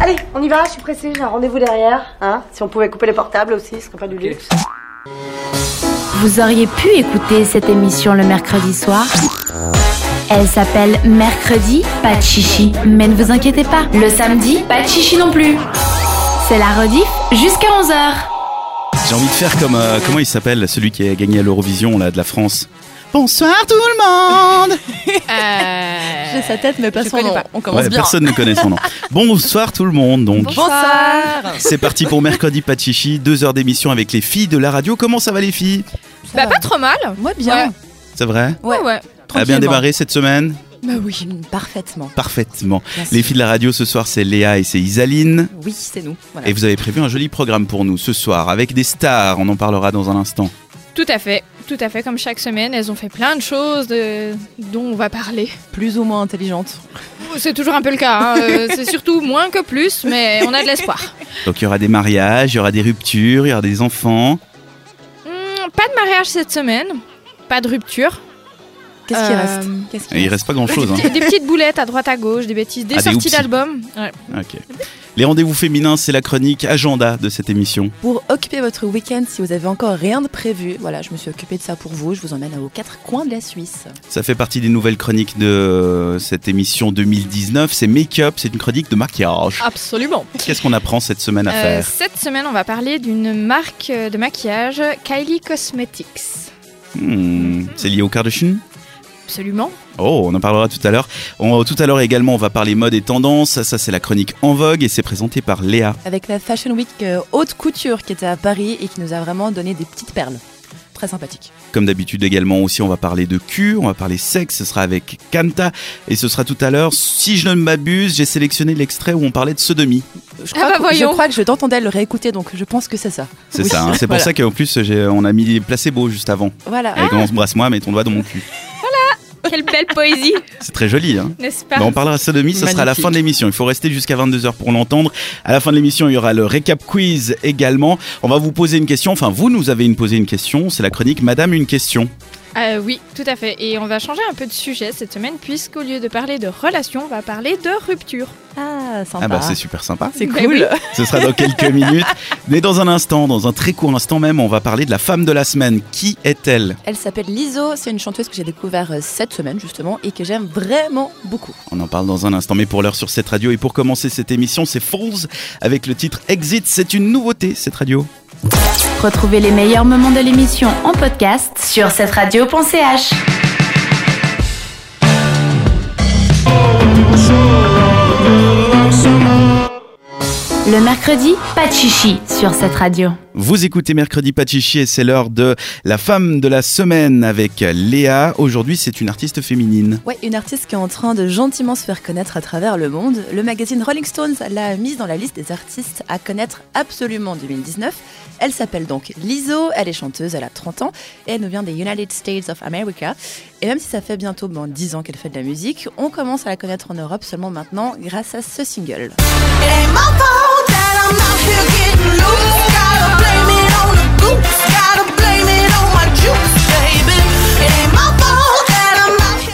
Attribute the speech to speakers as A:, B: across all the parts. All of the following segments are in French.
A: Allez, on y va, je suis pressée, j'ai un rendez-vous derrière. Hein si on pouvait couper les portables aussi, ce serait pas du luxe.
B: Vous auriez pu écouter cette émission le mercredi soir elle s'appelle Mercredi, pas de chichi. Mais ne vous inquiétez pas, le samedi, pas de chichi non plus. C'est la rediff jusqu'à 11h.
C: J'ai envie de faire comme euh, comment il s'appelle celui qui a gagné à l'Eurovision là de la France.
D: Bonsoir tout le monde
E: J'ai
D: J'ai sa tête mais pas son nom.
E: On commence
C: Ouais,
E: bien.
C: personne ne connaît son nom. Bonsoir tout le monde donc.
F: Euh,
E: Bonsoir.
C: C'est parti pour mercredi pas de chichi, deux heures d'émission avec les filles de la radio. Comment ça va les filles
E: Ça
F: Bah
E: va.
F: pas trop mal.
D: Moi bien.
C: C'est vrai
F: Ouais ouais.
C: A bien démarré cette semaine
D: Bah oui. Parfaitement.
C: Parfaitement.
D: Merci.
C: Les filles de la radio ce soir c'est Léa et c'est Isaline.
D: Oui, c'est nous. Voilà.
C: Et vous avez prévu un joli programme pour nous ce soir avec des stars, on en parlera dans un instant.
F: Tout à fait. Tout à fait. Comme chaque semaine, elles ont fait plein de choses de- dont on va parler.
D: Plus ou moins intelligente.
F: C'est toujours un peu le cas. hein. Euh, C'est surtout moins que plus, mais on a de l'espoir.
C: Donc il y aura des mariages, il y aura des ruptures, il y aura des enfants.
F: Hmm, pas de mariage cette semaine. Pas de rupture.
D: Qu'est-ce qui
F: Euh,
D: reste Qu'est-ce qui
C: Et il reste pas hein. grand chose.
F: Des petites boulettes à droite à gauche, des bêtises, des
C: Ah, des
F: sorties
C: oupsies.
F: d'albums. Ouais.
C: Ok. Les rendez-vous féminins, c'est la chronique agenda de cette émission.
D: Pour occuper votre week-end, si vous avez encore rien de prévu, voilà, je me suis occupée de ça pour vous. Je vous emmène aux quatre coins de la Suisse.
C: Ça fait partie des nouvelles chroniques de euh, cette émission 2019. C'est Make-up, c'est une chronique de maquillage.
F: Absolument.
C: Qu'est-ce qu'on apprend cette semaine à
F: Ah. Euh,
C: faire
F: cette semaine, on va parler d'une marque euh, de maquillage, Kylie Cosmetics.
C: Hmm, C'est lié au Kardashian
F: Absolument.
C: Oh, on en parlera tout à l'heure. On- Tout à l'heure également, on va parler mode et tendance. Ça, c'est la chronique en vogue et c'est présenté par Léa.
D: Avec la Fashion Week euh, haute couture qui était à Paris et qui nous a vraiment donné des petites perles. Très sympathique.
C: Comme d'habitude également aussi, on va parler de cul, on va parler sexe, ce sera avec Kanta et ce sera tout à l'heure. Si je ne m'abuse, j'ai sélectionné l'extrait où on parlait de sodomie.
D: Je
F: bah,
D: que, je
F: voyons.
D: crois que je t'entendais le réécouter, donc je pense que c'est ça.
C: C'est
D: Oui.
C: ça, hein. c'est pour
D: Voilà. Ah
C: ça qu'en plus j'ai- on a mis les placebos juste avant.
D: Voilà.
C: Avec embrasse-moi, mets ton doigt dans mon cul.
F: Quelle belle poésie,
C: C'est très joli. Hein
F: n'est-ce pas
C: Bah, on parlera sodomie, ça sera à la
D: Magnifique.
C: fin de l'émission. Il faut rester jusqu'à 22h pour l'entendre. À la fin de l'émission, il y aura le récap quiz également. On va vous poser une question, enfin vous nous avez une posé une question, c'est la chronique Madame une question.
F: Euh, oui, tout à fait. Et on va changer un peu de sujet cette semaine, puisqu'au lieu de parler de relation, on va parler de rupture.
D: Ah, sympa.
C: Ah bah c'est super sympa.
D: c'est
F: Bah
D: cool.
F: oui.
C: Ce sera dans quelques minutes. Mais dans un instant, dans un très court instant même, on va parler de la femme de la semaine. Qui est-elle
D: Elle s'appelle Liso, c'est une chanteuse que j'ai découvert euh, cette semaine justement et que j'aime vraiment beaucoup.
C: On en parle dans un instant, mais pour l'heure sur cette radio et pour commencer cette émission, c'est Falls avec le titre Exit. C'est une nouveauté cette radio.
B: Retrouvez les meilleurs moments de l'émission en podcast sur cette radio.ch. Le mercredi, pas de chichi sur cette radio.
C: Vous écoutez Mercredi Pachichi et c'est l'heure de la femme de la semaine avec Léa. Aujourd'hui, c'est une artiste féminine.
D: Ouais, une artiste qui est en train de gentiment se faire connaître à travers le monde. Le magazine Rolling Stones l'a mise dans la liste des artistes à connaître absolument en 2019. Elle s'appelle donc Lizzo, elle est chanteuse, elle a 30 ans et elle nous vient des United States of America. Et même si ça fait bientôt ben, 10 ans qu'elle fait de la musique, on commence à la connaître en Europe seulement maintenant grâce à ce single.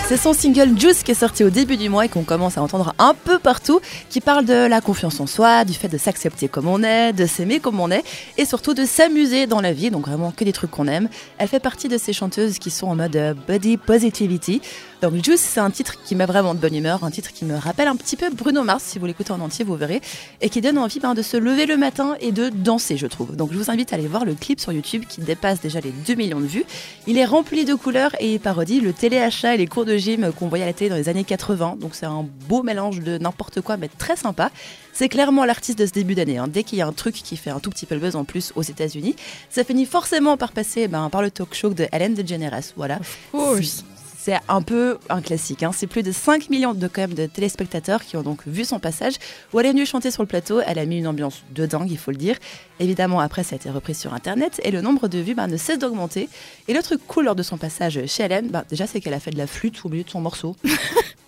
D: C'est son single Juice qui est sorti au début du mois et qu'on commence à entendre un peu partout, qui parle de la confiance en soi, du fait de s'accepter comme on est, de s'aimer comme on est, et surtout de s'amuser dans la vie, donc vraiment que des trucs qu'on aime. Elle fait partie de ces chanteuses qui sont en mode euh, body positivity. Donc Juice, c'est un titre qui met vraiment de bonne humeur, un titre qui me rappelle un petit peu Bruno Mars, si vous l'écoutez en entier, vous verrez, et qui donne envie ben, de se lever le matin et de danser, je trouve. Donc je vous invite à aller voir le clip sur YouTube qui dépasse déjà les 2 millions de vues. Il est rempli de couleurs et il parodie le téléachat et les cours de gym qu'on voyait à la télé dans les années 80. Donc c'est un beau mélange de n'importe quoi, mais très sympa. C'est clairement l'artiste de ce début d'année. hein. Dès qu'il y a un truc qui fait un tout petit peu le buzz en plus aux États-Unis, ça finit forcément par passer ben, par le talk show de Ellen DeGeneres. Voilà.
F: course.
D: C'est un peu un classique. hein. C'est plus de 5 millions de, quand même, de téléspectateurs qui ont donc vu son passage. Où elle est venue chanter sur le plateau. Elle a mis une ambiance de dingue, il faut le dire. Évidemment, après, ça a été repris sur Internet et le nombre de vues ben, ne cesse d'augmenter. Et le truc cool lors de son passage chez Hélène, ben, déjà, c'est qu'elle a fait de la flûte au milieu de son morceau.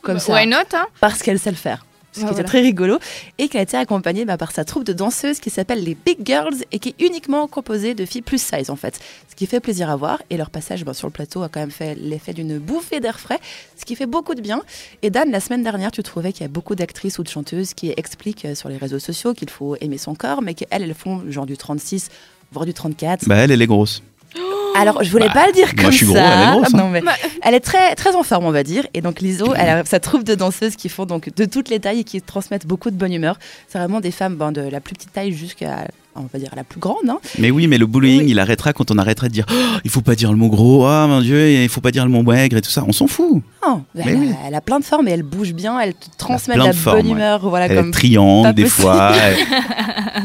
D: Comme ça.
F: Why not hein
D: Parce qu'elle sait le faire. ce qui
F: Ah,
D: était
F: voilà.
D: très rigolo, et qui a été accompagnée bah, par sa troupe de danseuses qui s'appelle les Big Girls et qui est uniquement composée de filles plus size en fait. Ce qui fait plaisir à voir, et leur passage bah, sur le plateau a quand même fait l'effet d'une bouffée d'air frais, ce qui fait beaucoup de bien. Et Dan, la semaine dernière, tu trouvais qu'il y a beaucoup d'actrices ou de chanteuses qui expliquent euh, sur les réseaux sociaux qu'il faut aimer son corps, mais qu'elles, elles font genre du 36, voire du 34.
C: Bah, elle, elle est grosse.
D: Alors, je voulais
C: Bah,
D: pas le dire
C: moi,
D: comme
C: je suis gros,
D: ça.
C: elle est grosse, hein.
D: Non, mais
F: Bah.
D: elle est très, très en forme, on va dire. Et donc, l'ISO, elle a sa troupe de danseuses qui font donc de toutes les tailles et qui transmettent beaucoup de bonne humeur. C'est vraiment des femmes ben, de la plus petite taille jusqu'à, on va dire, la plus grande. hein.
C: Mais oui, mais le bullying,
D: Oui.
C: il arrêtera quand on arrêtera de dire Oh, il faut pas dire le mot gros, ah mon dieu, il faut pas dire le mot maigre et tout ça. On s'en fout.
D: Ah, ben,
C: Mais
D: elle, a-
C: oui.
D: elle a plein de formes et elle bouge bien. Elle te transmet de
C: plein
D: la
C: de formes,
D: bonne
C: ouais.
D: humeur. Voilà,
C: Elle
D: comme
C: est triangle
D: pas
C: des
D: possible.
C: fois. Elle,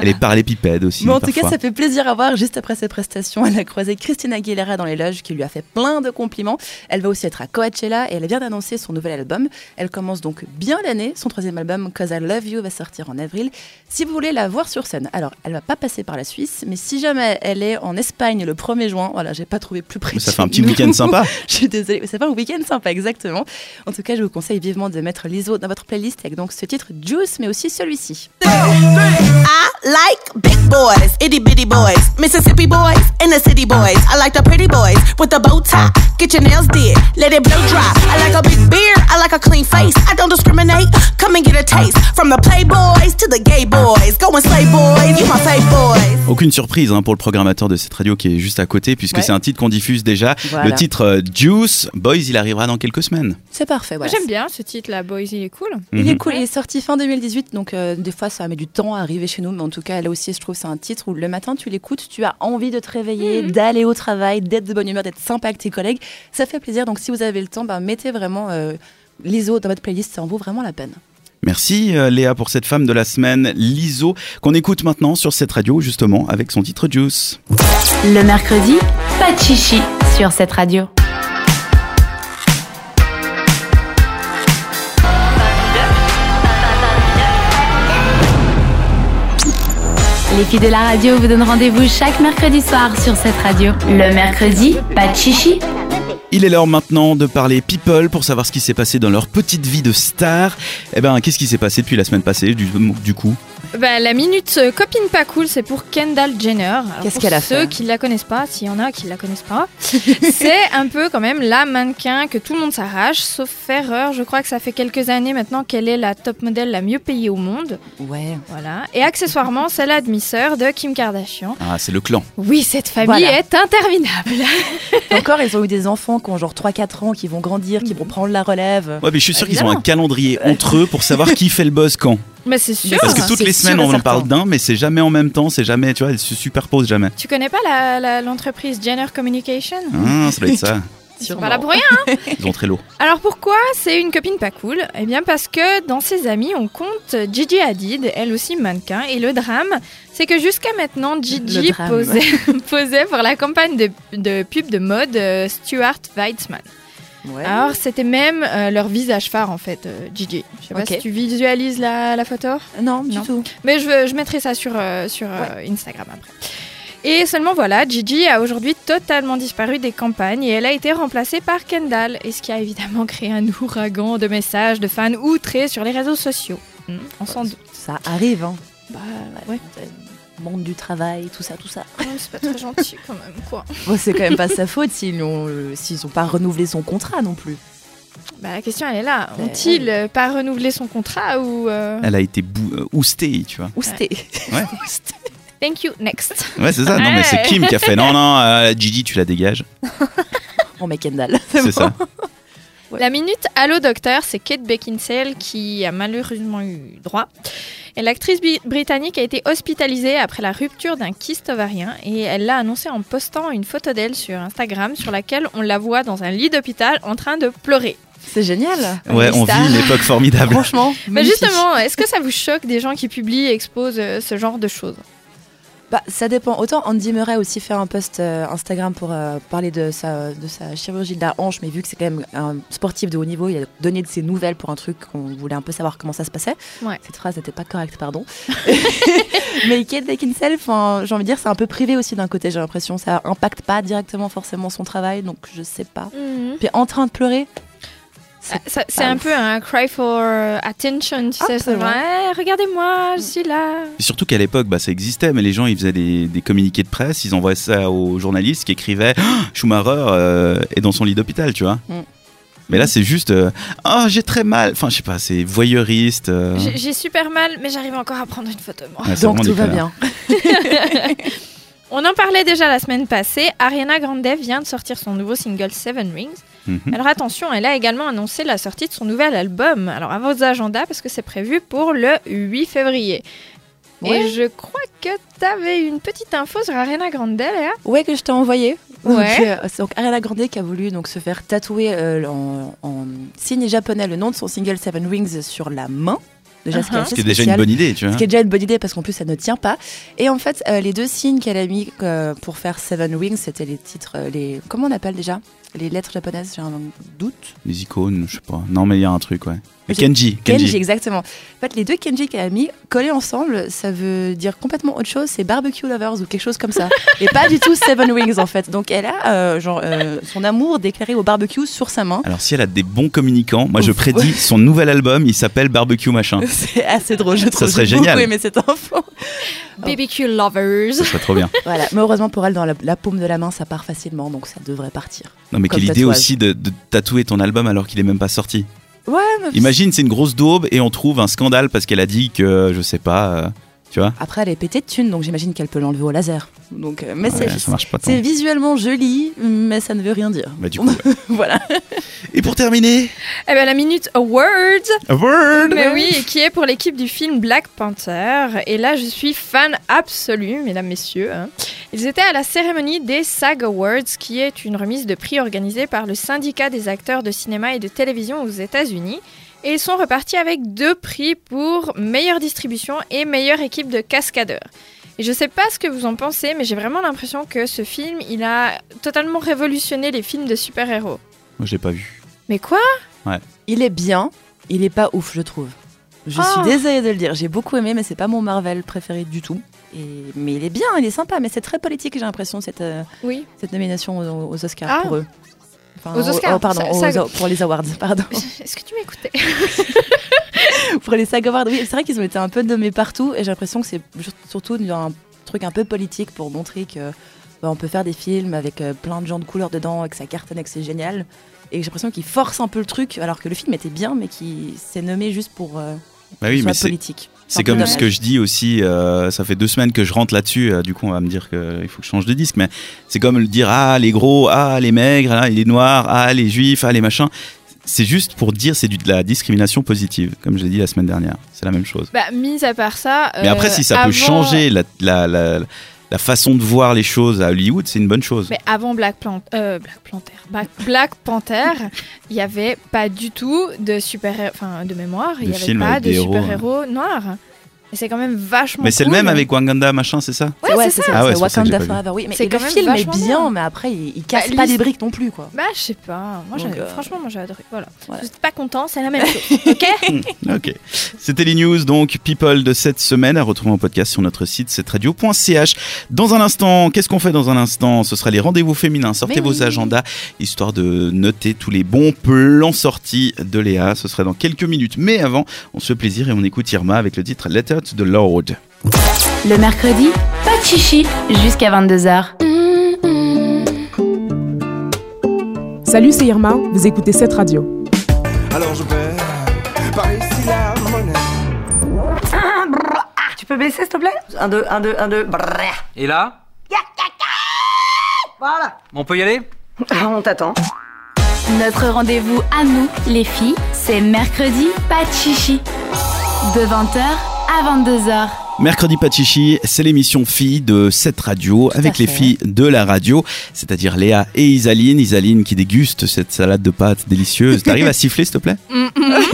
C: elle est parlépipède aussi.
D: Mais en tout cas,
C: parfois.
D: ça fait plaisir à voir. Juste après ses prestations, elle a croisé Christina Aguilera dans les loges, qui lui a fait plein de compliments. Elle va aussi être à Coachella et elle vient d'annoncer son nouvel album. Elle commence donc bien l'année. Son troisième album, Cause I Love You, va sortir en avril. Si vous voulez la voir sur scène, alors elle va pas passer par la Suisse, mais si jamais elle est en Espagne le 1er juin, voilà, j'ai pas trouvé plus près.
C: Mais ça
D: de
C: fait un
D: chez
C: petit
D: nous.
C: week-end sympa.
D: Je suis désolée, mais c'est pas un week-end sympa, exactement. En tout cas, je vous conseille vivement de mettre l'ISO dans votre playlist avec donc ce titre Juice, mais aussi celui-ci.
E: I like big boys, itty bitty boys, Mississippi boys, and the city boys. I like the pretty boys with the bow tie. Get your nails did, let it blow dry. I like a big beard, I like a clean face. I don't discriminate, come and get a taste. From the playboys to the gay boys, go and slay boys, you my fave boys.
C: Aucune surprise hein, pour le programmateur de cette radio qui est juste à côté, puisque
D: Ouais.
C: c'est un titre qu'on diffuse déjà.
D: Voilà.
C: Le titre euh, Juice, Boys, il arrivera dans quelques semaines.
D: C'est parfait,
F: Moi,
D: voilà.
F: J'aime bien ce titre là, Boys, il est cool.
D: Il
C: Mhm.
D: est cool, il est sorti fin 2018, donc euh, des fois ça met du temps à arriver chez nous, mais en tout cas là aussi je trouve c'est un titre où le matin tu l'écoutes, tu as envie de te
F: Mhm.
D: réveiller, d'aller au travail, d'être de bonne humeur, d'être sympa avec tes collègues, ça fait plaisir, donc si vous avez le temps, bah, mettez vraiment euh, l'ISO dans votre playlist, ça en vaut vraiment la peine.
C: Merci euh, Léa pour cette femme de la semaine, l'ISO, qu'on écoute maintenant sur cette radio, justement, avec son titre Juice.
B: Le mercredi, pas de chichi sur cette radio. Les filles de la radio vous donnent rendez-vous chaque mercredi soir sur cette radio. Le mercredi, pas de chichi.
C: Il est l'heure maintenant de parler people pour savoir ce qui s'est passé dans leur petite vie de star. Eh ben, qu'est-ce qui s'est passé depuis la semaine passée, du, du coup
F: Bah, la minute euh, copine pas cool, c'est pour Kendall Jenner. Alors,
D: Qu'est-ce
F: pour
D: qu'elle a
F: Ceux
D: fait
F: qui la connaissent pas, s'il y en a qui la connaissent pas, c'est un peu quand même la mannequin que tout le monde s'arrache, sauf Ferrer. Je crois que ça fait quelques années maintenant qu'elle est la top modèle la mieux payée au monde.
D: Ouais.
F: Voilà. Et accessoirement, c'est la demi-sœur de Kim Kardashian.
C: Ah, c'est le clan.
F: Oui, cette famille
D: Voilà.
F: est interminable.
D: Encore ils ont eu des enfants qui ont genre 3-4 ans, qui vont grandir,
F: Mhm.
D: qui vont prendre la relève.
C: Ouais, mais je suis sûr qu'ils ont
F: Évidemment.
C: un calendrier entre eux pour savoir qui fait le buzz quand.
F: Mais c'est sûr.
C: Parce
D: Ah,
C: que toutes
D: c'est
C: les semaines,
D: sûr et
C: on en parle
D: certain.
C: d'un, mais c'est jamais en même temps, c'est jamais, tu vois, elles se superposent jamais.
F: Tu connais pas la- la- l'entreprise Jenner Communication
C: Ah, ça doit être ça.
F: C'est
D: Sûrement.
F: pas là pour rien.
C: Ils ont très lourd.
F: Alors pourquoi c'est une copine pas cool Eh bien parce que dans ses amis, on compte Gigi Hadid, elle aussi mannequin. Et le drame, c'est que jusqu'à maintenant,
D: Le
F: Gigi
D: drame.
F: posait, posait pour la campagne de, de pub de mode euh, Stuart Weitzman.
D: Bah Ouais.
F: Alors c'était même euh, leur visage phare en fait, euh, Gigi. Je sais pas
D: Ok.
F: si tu visualises la, la photo.
D: non, du
F: Non.
D: tout.
F: Mais je, je mettrai ça sur, euh, sur euh, Instagram après. Et seulement voilà, Gigi a aujourd'hui totalement disparu des campagnes et elle a été remplacée par Kendall, et ce qui a évidemment créé un ouragan de messages de fans outrés sur les réseaux sociaux. Hmm, on s'en doute.
D: Ça arrive, hein.
F: Bah
D: ouais. Monde du travail, tout ça, tout ça.
F: c'est pas très gentil quand même quoi.
D: Bon, c'est quand même pas sa faute s'ils n'ont euh, s'ils ont pas renouvelé son contrat non plus.
F: Bah la question elle est là,
D: Ouais.
F: ont-ils euh, pas renouvelé son contrat ou euh,
C: Elle a été bou- euh, oustée, tu vois.
D: Où c'était
C: Ouais.
F: thank you next.
C: Ouais, c'est ça. Non, mais c'est
F: Ouais.
C: Kim qui a fait. Non, non, euh, Gigi, tu la dégages.
D: On met Kendall.
C: C'est ça.
D: Ouais.
F: La minute Allô Docteur, c'est Kate Beckinsale qui a malheureusement eu droit. Et l'actrice bi- britannique a été hospitalisée après la rupture d'un kyste ovarien et elle l'a annoncé en postant une photo d'elle sur Instagram sur laquelle on la voit dans un lit d'hôpital en train de pleurer.
D: C'est génial.
C: Ouais, on vit
F: Star.
C: une époque formidable.
D: Franchement.
F: Mais
D: magnifique.
F: Bah, justement, est-ce que ça vous choque des gens qui publient et exposent euh, ce genre de choses
D: Bah, ça dépend. Autant Andy Murray a aussi fait un post euh, Instagram pour euh, parler de sa, de sa chirurgie de la hanche, mais vu que c'est quand même un sportif de haut niveau, il a donné de ses nouvelles pour un truc qu'on voulait un peu savoir comment ça se passait.
F: Ouais.
D: Cette phrase n'était pas correcte, pardon. mais Kate Beckinsale, 'fin, hein. j'ai envie de dire, c'est un peu privé aussi d'un côté, j'ai l'impression. Ça impacte Mm-hmm. pas Ah, directement forcément son travail, donc je sais pas. Puis en train de pleurer.
F: Ah, ça- C'est un peu un cry for attention, tu sais. c'est
D: Absolument.
F: vrai. Eh,
D: Mm.
F: Regardez-moi, je suis là.
C: Et surtout qu'à l'époque, bah, ça existait, mais les gens, ils faisaient des, des communiqués de presse, ils envoyaient ça aux journalistes qui écrivaient Ah, Schumacher euh, est dans son lit d'hôpital, tu vois.
D: Mm.
C: Mais là, c'est juste euh, Ah, j'ai très mal. Enfin, je sais pas, c'est voyeuriste. euh,
F: J'ai j'ai super mal, mais j'arrive encore à prendre une photo de moi.
C: ouais, c'est
D: Donc
C: vraiment
D: tout va
C: déconnant.
D: bien.
F: On en parlait déjà la semaine passée. Ariana Grande vient de sortir son nouveau single Seven Rings.
C: Mhm.
F: Alors attention, elle a également annoncé la sortie de son nouvel album. Alors à vos agendas parce que c'est prévu pour le 8 février.
D: Ouais.
F: Et je crois que t'avais une petite info sur Ariana Grande, Léa.
D: Ouais, que je t'ai envoyé.
F: Ouais.
D: Donc, euh, c'est donc Ariana Grande qui a voulu donc se faire tatouer euh, en, en signe japonais le nom de son single Seven Rings sur la main. Déjà, ce qui est
F: Uh-huh.
D: assez
C: Ce qui est déjà
D: spécial.
C: une bonne idée, hein. tu vois.
D: Ce qui est déjà une bonne idée parce qu'en plus ça ne tient pas. Et en fait, euh, les deux signes qu'elle a mis euh, pour faire Seven Wings, c'était les titres, euh, les comment on appelle déjà Les lettres japonaises, j'ai un doute.
C: Les icônes, je sais pas. Non, mais il y a un truc, ouais. Mais
D: Ok.
C: Kenji, Kenji.
D: exactement. En fait, les deux Kenji qu'elle a mis collés ensemble, ça veut dire complètement autre chose. C'est barbecue lovers ou quelque chose comme ça. Et pas du tout Seven Wings en fait. Donc elle a euh, genre euh, son amour déclaré au barbecue sur sa main.
C: Alors, si elle a des bons communicants, moi, je
D: Ouf.
C: prédis son nouvel album, il s'appelle Barbecue Machin.
D: C'est assez drôle, je
C: Ça
D: trouve.
C: serait
D: J'ai
C: génial.
D: Beaucoup aimé cette info.
F: BBQ Lovers.
C: Ça serait trop bien.
D: Voilà. Mais heureusement pour elle, dans la, la paume de la main, ça part facilement, donc ça devrait partir.
C: Non, mais
D: Comme
C: quelle idée
D: tatouage.
C: aussi de, de tatouer ton album alors qu'il est même pas sorti.
D: Ouais. mais-
C: Imagine, c'est une grosse daube et on trouve un scandale parce qu'elle a dit que, je sais pas, euh, tu vois.
D: Après, elle est pétée de thunes, donc j'imagine qu'elle peut l'enlever au laser. Donc, euh, mais
C: Ah Ouais,
D: c'est-
C: ça marche pas tant.
D: c'est visuellement joli, mais ça ne veut rien dire.
C: Bah, du coup, ouais.
D: voilà.
C: Et pour terminer,
F: Eh bien la minute Awards.
C: a word
F: Mais oui, et qui est pour l'équipe du film Black Panther. Et là, je suis fan absolue, mesdames, messieurs. hein. Ils étaient à la cérémonie des SAG Awards, qui est une remise de prix organisée par le syndicat des acteurs de cinéma et de télévision aux États-Unis. Et ils sont repartis avec deux prix pour meilleure distribution et meilleure équipe de cascadeurs. Et je sais pas ce que vous en pensez, mais j'ai vraiment l'impression que ce film, il a totalement révolutionné les films de super-héros.
C: Moi, je l'ai pas vu.
F: Mais quoi
D: Il est bien, il est pas ouf, je trouve. Je suis
F: Oh.
D: désolée de le dire, j'ai beaucoup aimé, mais c'est pas mon Marvel préféré du tout. Et- mais il est bien, il est sympa, mais c'est très politique, j'ai l'impression, cette, euh,
F: Oui.
D: cette nomination aux, aux Oscars
F: Ah.
D: pour eux. Enfin,
F: Aux
D: au-
F: Oscars,
D: oh, pardon,
F: ça-
D: aux-
F: ça-
D: aux- pour les awards, pardon.
F: Est-ce que tu m'écoutais
D: pour les SAG Awards, oui, c'est vrai qu'ils ont été un peu nommés partout et j'ai l'impression que c'est sur- surtout un truc un peu politique pour montrer que bah, on peut faire des films avec euh, plein de gens de couleur dedans et que ça cartonne et que c'est génial. Et j'ai l'impression qu'ils forcent un peu le truc alors que le film était bien mais qui s'est nommé juste pour euh,
C: Bah oui,
D: sur
C: mais
D: la
C: c'est.
D: politique.
C: C'est
D: un peu
C: comme
D: dommage.
C: ce que je dis aussi, euh, ça fait deux semaines que je rentre là-dessus, euh, du coup on va me dire qu'il faut que je change de disque, mais c'est comme le dire ah les gros, ah les maigres, ah les noirs, ah les juifs, ah les machins. C'est juste pour dire c'est du- de la discrimination positive, comme je l'ai dit la semaine dernière. C'est la même chose.
F: Bah, mis à part ça.
C: Mais après,
F: euh,
C: si ça
F: avant-
C: peut changer la, la, la, la façon de voir les choses à Hollywood, c'est une bonne chose.
F: Mais avant Black, Plant euh, Black Panther, Black, Black Panther, il n'y avait pas du tout de super enfin de mémoire, il
C: De
F: n'y avait
C: films
F: pas
C: avec
F: de
C: des héros, hein.
F: super-héros noirs. Et c'est quand même vachement
C: Mais c'est le
F: cool.
C: même avec Wanganda, machin, c'est ça
F: Ouais, c'est ça.
C: Ah ouais, c'est
D: c'est
C: pour ça que
D: Wakanda
C: j'ai pas vu.
D: Forever. Oui, mais
F: C'est
D: et
F: quand
D: le
F: même
D: film est
F: vachement
D: bien,
F: bien.
D: mais après il, il casse
F: Bah,
D: pas
F: lui-
D: les briques non plus quoi.
F: Bah, je sais pas. Moi,
D: Donc,
F: j'avais-
D: euh,
F: franchement, moi j'ai adoré. Voilà.
D: voilà.
F: Vous êtes pas content, c'est la même chose.
C: Ok. C'était les news, donc, people de cette semaine, à retrouver en podcast sur notre site, c'est radio.ch. Dans un instant, qu'est-ce qu'on fait dans un instant Ce sera les rendez-vous féminins. Sortez
D: Mais
C: vos
D: oui.
C: agendas, histoire de noter tous les bons plans sortis de Léa. Ce sera dans quelques minutes. Mais avant, on se fait plaisir et on écoute Irma avec le titre Letter to the Lord.
B: Le mercredi, pas de chichi jusqu'à 22h.
G: Salut, c'est Irma, vous écoutez cette radio.
H: Alors je perds par ici la monnaie.
A: Tu peux baisser, s'il te plaît Ah, Un, deux, un, deux, un, deux. Brrr.
I: Et là
A: Voilà.
I: On peut y aller
A: On t'attend.
B: Notre rendez-vous à nous, les filles, c'est mercredi, pas de chichi. De 20h à 22h.
C: Mercredi Pachichi, c'est l'émission filles de cette radio
D: Tout à
C: avec les
D: fait.
C: filles de la radio, c'est-à-dire Léa et Isaline. Isaline qui déguste cette salade de pâtes délicieuse. T'arrives à siffler, s'il te plaît
D: Mm,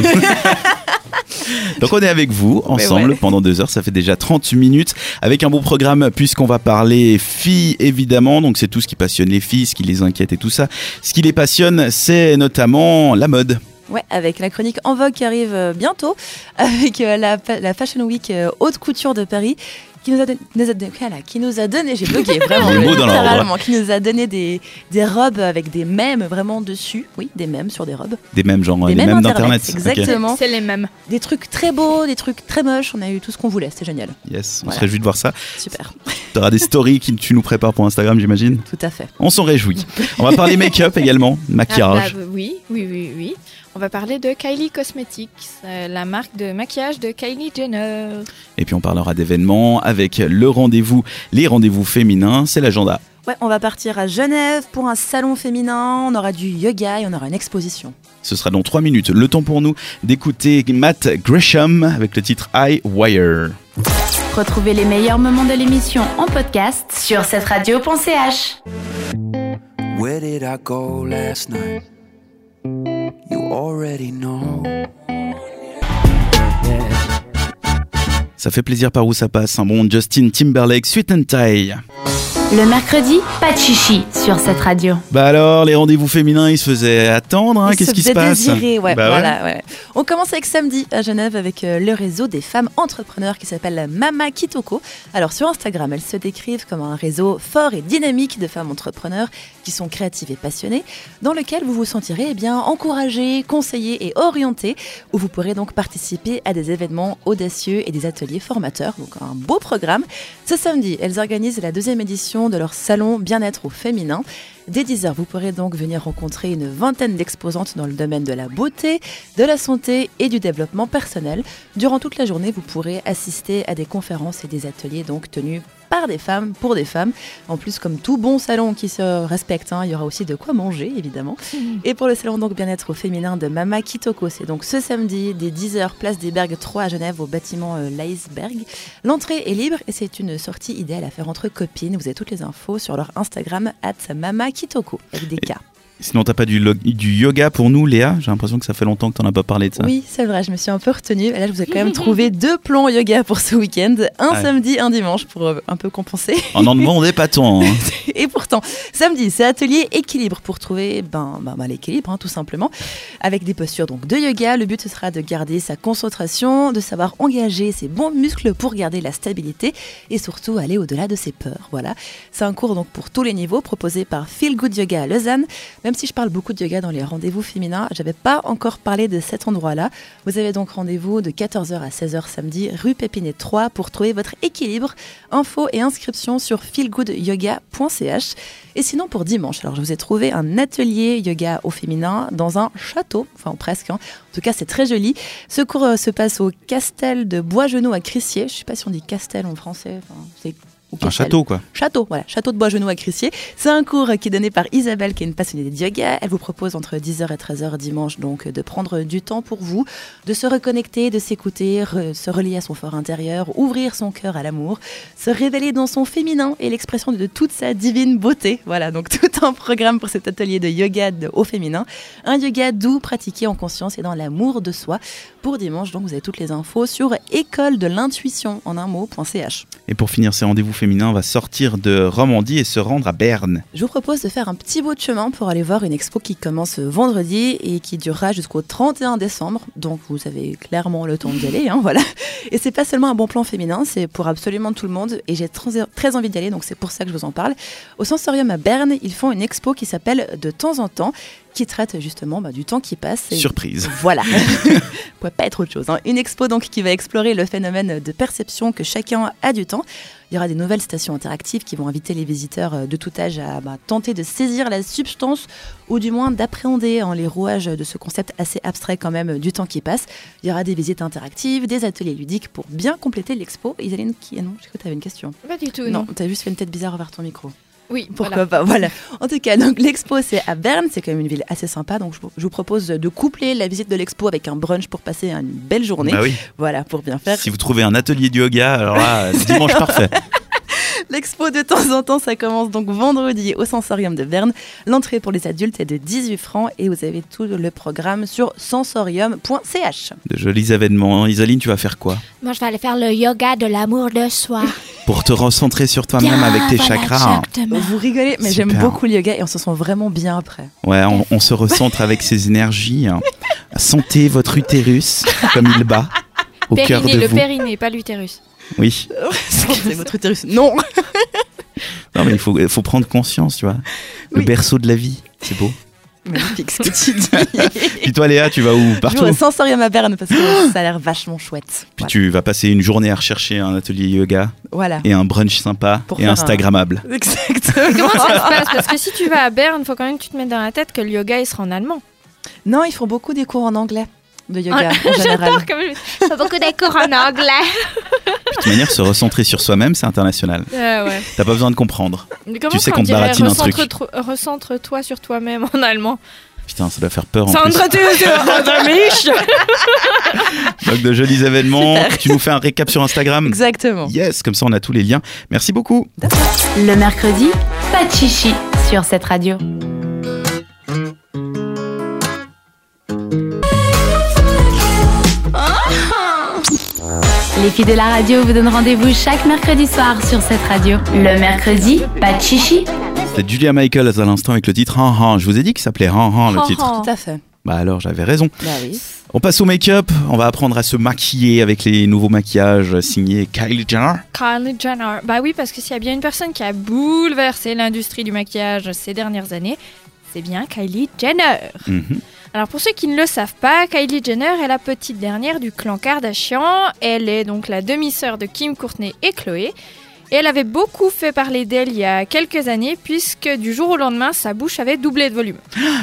C: Donc on est avec vous
D: Ben
C: ensemble pendant deux heures, ça fait déjà 30 minutes, avec un beau programme puisqu'on va parler filles évidemment, donc c'est tout ce qui passionne les filles, ce qui les inquiète et tout ça. Ce qui les passionne, c'est notamment la mode.
D: Ouais, avec la chronique En Vogue qui arrive euh, bientôt, avec euh, la, fa- la Fashion Week euh, haute couture de Paris, qui nous a, don- nous a don- voilà, qui nous a donné, j'ai bugué vraiment,
C: Les mots dans l'ordre.
D: littéralement, qui nous a donné des, des robes avec des mèmes vraiment dessus, oui, des mèmes sur des robes,
C: Des mêmes genre,
D: des
C: les mêmes d'internet.
D: Internet,
C: Ok.
D: exactement,
F: C'est les mêmes.
D: des trucs très beaux, des trucs très moches, on a eu tout ce qu'on voulait, c'était génial,
C: Yes, on
D: Voilà.
C: se réjouit de voir ça.
D: super,
C: T'auras des stories que tu nous prépares pour Instagram, j'imagine.
D: tout à fait.
C: On s'en réjouit. On va parler make-up également, maquillage.
F: Ah bah, oui, oui, oui, oui. On va parler de Kylie Cosmetics, euh, la marque de maquillage de Kylie Jenner.
C: Et puis on parlera d'événements avec le rendez-vous, les rendez-vous féminins, c'est l'agenda.
D: Ouais, on va partir à Genève pour un salon féminin, on aura du yoga et on aura une exposition.
C: Ce sera dans 3 minutes. Le temps pour nous d'écouter Matt Gresham avec le titre I Wire.
B: Retrouvez les meilleurs moments de l'émission en podcast sur cette radio.ch.
H: Where did I go last night? You already know.
C: Ça fait plaisir par où ça passe, un bon Justin Timberlake, Sweet and Tie.
B: Le mercredi, pas de chichi sur cette radio.
C: Bah alors, les rendez-vous féminins, ils se faisaient attendre, hein,
D: Ils
C: qu'est-ce qui se
D: faisaient
C: passe
D: désirer, ouais,
C: Bah ouais.
D: voilà, ouais. On commence avec samedi à Genève avec euh, le réseau des femmes entrepreneurs qui s'appelle Mama Kitoko. Alors sur Instagram, elles se décrivent comme un réseau fort et dynamique de femmes entrepreneurs qui sont créatives et passionnées, dans lequel vous vous sentirez eh bien encouragées, conseillées et orientées, où vous pourrez donc participer à des événements audacieux et des ateliers formateurs, donc un beau programme. Ce samedi, elles organisent la deuxième édition de leur salon bien-être au féminin. Dès 10h, vous pourrez donc venir rencontrer une vingtaine d'exposantes dans le domaine de la beauté, de la santé et du développement personnel. Durant toute la journée, vous pourrez assister à des conférences et des ateliers donc tenus par des femmes, pour des femmes. En plus, comme tout bon salon qui se respecte, hein, il y aura aussi de quoi manger, évidemment. Et pour le salon donc bien-être au féminin de Mama Kitoko, c'est donc ce samedi, dès 10h, place des Bergues 3 à Genève, au bâtiment euh, Laisberg. L'entrée est libre et c'est une sortie idéale à faire entre copines. Vous avez toutes les infos sur leur Instagram, at Mama Kitoko, avec des K.
C: Sinon, t'as pas du, log- du yoga pour nous, Léa J'ai l'impression que ça fait longtemps que t'en as pas parlé de ça.
D: Oui, c'est vrai, je me suis un peu retenue. Et là, je vous ai quand même trouvé deux plans yoga pour ce week-end. Un
C: Ouais.
D: samedi, un dimanche pour euh, un peu compenser.
C: On en demandait pas tant. hein.
D: Et pourtant, samedi, c'est atelier équilibre pour trouver ben, ben, ben, l'équilibre, hein, tout simplement. Avec des postures donc, de yoga, le but ce sera de garder sa concentration, de savoir engager ses bons muscles pour garder la stabilité et surtout aller au-delà de ses peurs. Voilà. C'est un cours donc pour tous les niveaux proposé par Feel Good Yoga à Lausanne. Même si je parle beaucoup de yoga dans les rendez-vous féminins, j'avais pas encore parlé de cet endroit-là. Vous avez donc rendez-vous de 14h à 16h samedi, rue Pépinet 3, pour trouver votre équilibre. Infos et inscriptions sur feelgoodyoga.ch. Et sinon, pour dimanche, alors je vous ai trouvé un atelier yoga au féminin dans un château, enfin presque. hein. En tout cas, c'est très joli. Ce cours euh, se passe au Castel de Bois-Genou à Crissier. Je sais pas si on dit Castel en français. enfin, c'est ou
C: Un
D: Castel.
C: château, quoi.
D: Château, voilà, Château de Bois-Genou à Crissier. C'est un cours qui est donné par Isabelle, qui est une passionnée de yoga. Elle vous propose entre 10h et 13h dimanche, donc, de prendre du temps pour vous, de se reconnecter, de s'écouter, re- se relier à son fort intérieur, ouvrir son cœur à l'amour, se révéler dans son féminin et l'expression de toute sa divine beauté. Voilà, donc tout un programme pour cet atelier de yoga de- au féminin. Un yoga doux, pratiqué en conscience et dans l'amour de soi. Pour dimanche, donc, vous avez toutes les infos sur école de l'intuition, en un mot.ch.
C: Et pour finir ces rendez-vous féminins, on va sortir de Romandie et se rendre à Berne.
D: Je vous propose de faire un petit bout de chemin pour aller voir une expo qui commence vendredi et qui durera jusqu'au 31 décembre. Donc vous avez clairement le temps d'y aller, hein, voilà. Et c'est pas seulement un bon plan féminin, c'est pour absolument tout le monde et j'ai très, très envie d'y aller, donc c'est pour ça que je vous en parle. Au Sensorium à Berne, ils font une expo qui s'appelle De temps en temps, qui traite justement bah, du temps qui passe. et-
C: Surprise.
D: voilà. Pourrait pas être autre chose. hein. Une expo donc qui va explorer le phénomène de perception que chacun a du temps. Il y aura des nouvelles stations interactives qui vont inviter les visiteurs euh, de tout âge à bah, tenter de saisir la substance ou du moins d'appréhender hein, les rouages de ce concept assez abstrait quand même euh, du temps qui passe. Il y aura des visites interactives, des ateliers ludiques pour bien compléter l'expo. Isaline, qui... ah non, je crois que tu avais une question.
F: Pas du tout,
D: non, t'as juste fait une tête bizarre vers ton micro.
F: Oui,
D: Pourquoi pas, voilà. En tout cas, donc l'expo c'est à Berne, c'est quand même une ville assez sympa, donc je vous- je vous propose de coupler la visite de l'expo avec un brunch pour passer une belle journée.
C: Bah oui.
D: Voilà, pour bien faire.
C: Si vous trouvez un atelier de yoga, alors là, dimanche parfait.
D: L'expo de temps en temps, ça commence donc vendredi au Sensorium de Berne. L'entrée pour les adultes est de 18 francs et vous avez tout le programme sur sensorium.ch.
C: De jolis événements. Isaline, tu vas faire quoi
I: Moi, je vais aller faire le yoga de l'amour de soi.
C: Pour te recentrer sur toi-même avec tes
I: voilà,
C: chakras. hein.
I: exactement.
D: Vous rigolez, mais
C: Super.
D: j'aime beaucoup le yoga et on se sent vraiment bien après.
C: Ouais, on, on se recentre avec ses énergies. hein. Sentez votre utérus comme il bat au cœur
F: Périnée,
C: de
F: le
C: vous.
F: périnée, pas l'utérus.
C: Oui.
D: C'est votre utérus. Non
C: Non, mais il faut, faut prendre conscience, tu vois. Le
D: Oui.
C: berceau de la vie. C'est beau.
D: Magnifique ce que tu dis.
C: Puis toi, Léa, tu vas où Partout.
D: Je vais au sensorium à Berne parce que ça a l'air vachement chouette.
C: Puis tu vas passer une journée à rechercher un atelier yoga
D: Voilà.
C: et un brunch sympa
D: Pour
C: et
D: faire un-
C: Instagrammable.
F: Comment
D: Exactement.
F: ça se passe Parce que si tu vas à Berne, faut quand même que tu te mettes dans la tête que le yoga, il sera en allemand.
D: Non, ils font beaucoup des cours en anglais de yoga en général.
F: J'adore comme je-
I: Pas beaucoup d'accord en anglais.
C: Puis de toute manière, se recentrer sur soi-même, c'est international.
F: Euh, ouais.
C: T'as pas besoin de comprendre.
F: Mais comment
C: Tu sais
F: ça, on
C: qu'on te
F: dirait
C: baratine un truc.
F: recentre-tro- Recentre-toi sur toi-même en allemand.
C: Putain, ça doit faire peur en plus.
F: Centre-toi sur toi-même.
C: Donc de jolis événements. Tu nous fais un récap sur Instagram.
D: Exactement.
C: Yes, comme ça on a tous les liens. Merci beaucoup.
B: Le mercredi, pas de chichi sur cette radio. Les filles de la radio vous donnent rendez-vous chaque mercredi soir sur cette radio. Le mercredi, pas de chichi.
C: C'est Julia Michaels à l'instant avec le titre Han Han. Je vous ai dit qu'il s'appelait Han Han le
F: Han
C: titre.
F: Han.
D: Tout à fait.
C: Bah alors j'avais raison.
D: Bah oui.
C: On passe au make-up. On va apprendre à se maquiller avec les nouveaux maquillages signés Kylie Jenner.
F: Kylie Jenner. Bah oui, parce que s'il y a bien une personne qui a bouleversé l'industrie du maquillage ces dernières années, c'est bien Kylie Jenner.
C: Mhm.
F: Alors pour ceux qui ne le savent pas, Kylie Jenner est la petite dernière du clan Kardashian. Elle est donc la demi-sœur de Kim, Courtney et Chloé. Et elle avait beaucoup fait parler d'elle il y a quelques années, puisque du jour au lendemain, sa bouche avait doublé de volume.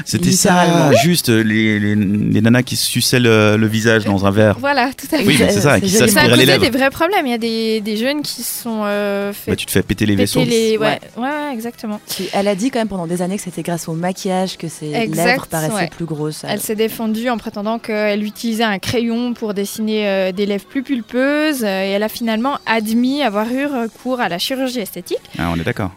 C: C'était ça,
D: Littéralement.
C: juste euh, les, les- les nanas qui se suçaient le, le visage dans un verre.
F: Voilà, tout à fait.
C: Oui, mais c'est ça,
D: C'est
C: qui
D: joli.
F: Ça a
C: s'aspiraient les
F: causé
C: lèvres.
F: des vrais problèmes. Il y a des, des jeunes qui se sont euh, fait
C: Bah, tu te fais péter les vaisseaux.
F: péter les...
D: Ouais.
F: Ouais, ouais, ouais, exactement.
D: Qui- Elle a dit quand même pendant des années que c'était grâce au maquillage que ses
F: Exact,
D: lèvres paraissaient
F: ouais.
D: plus grosses.
F: Elle s'est défendue en prétendant qu'elle utilisait un crayon pour dessiner euh, des lèvres plus pulpeuses euh, et elle a finalement admis avoir eu recours à la chirurgie esthétique.
C: Ah, on est d'accord.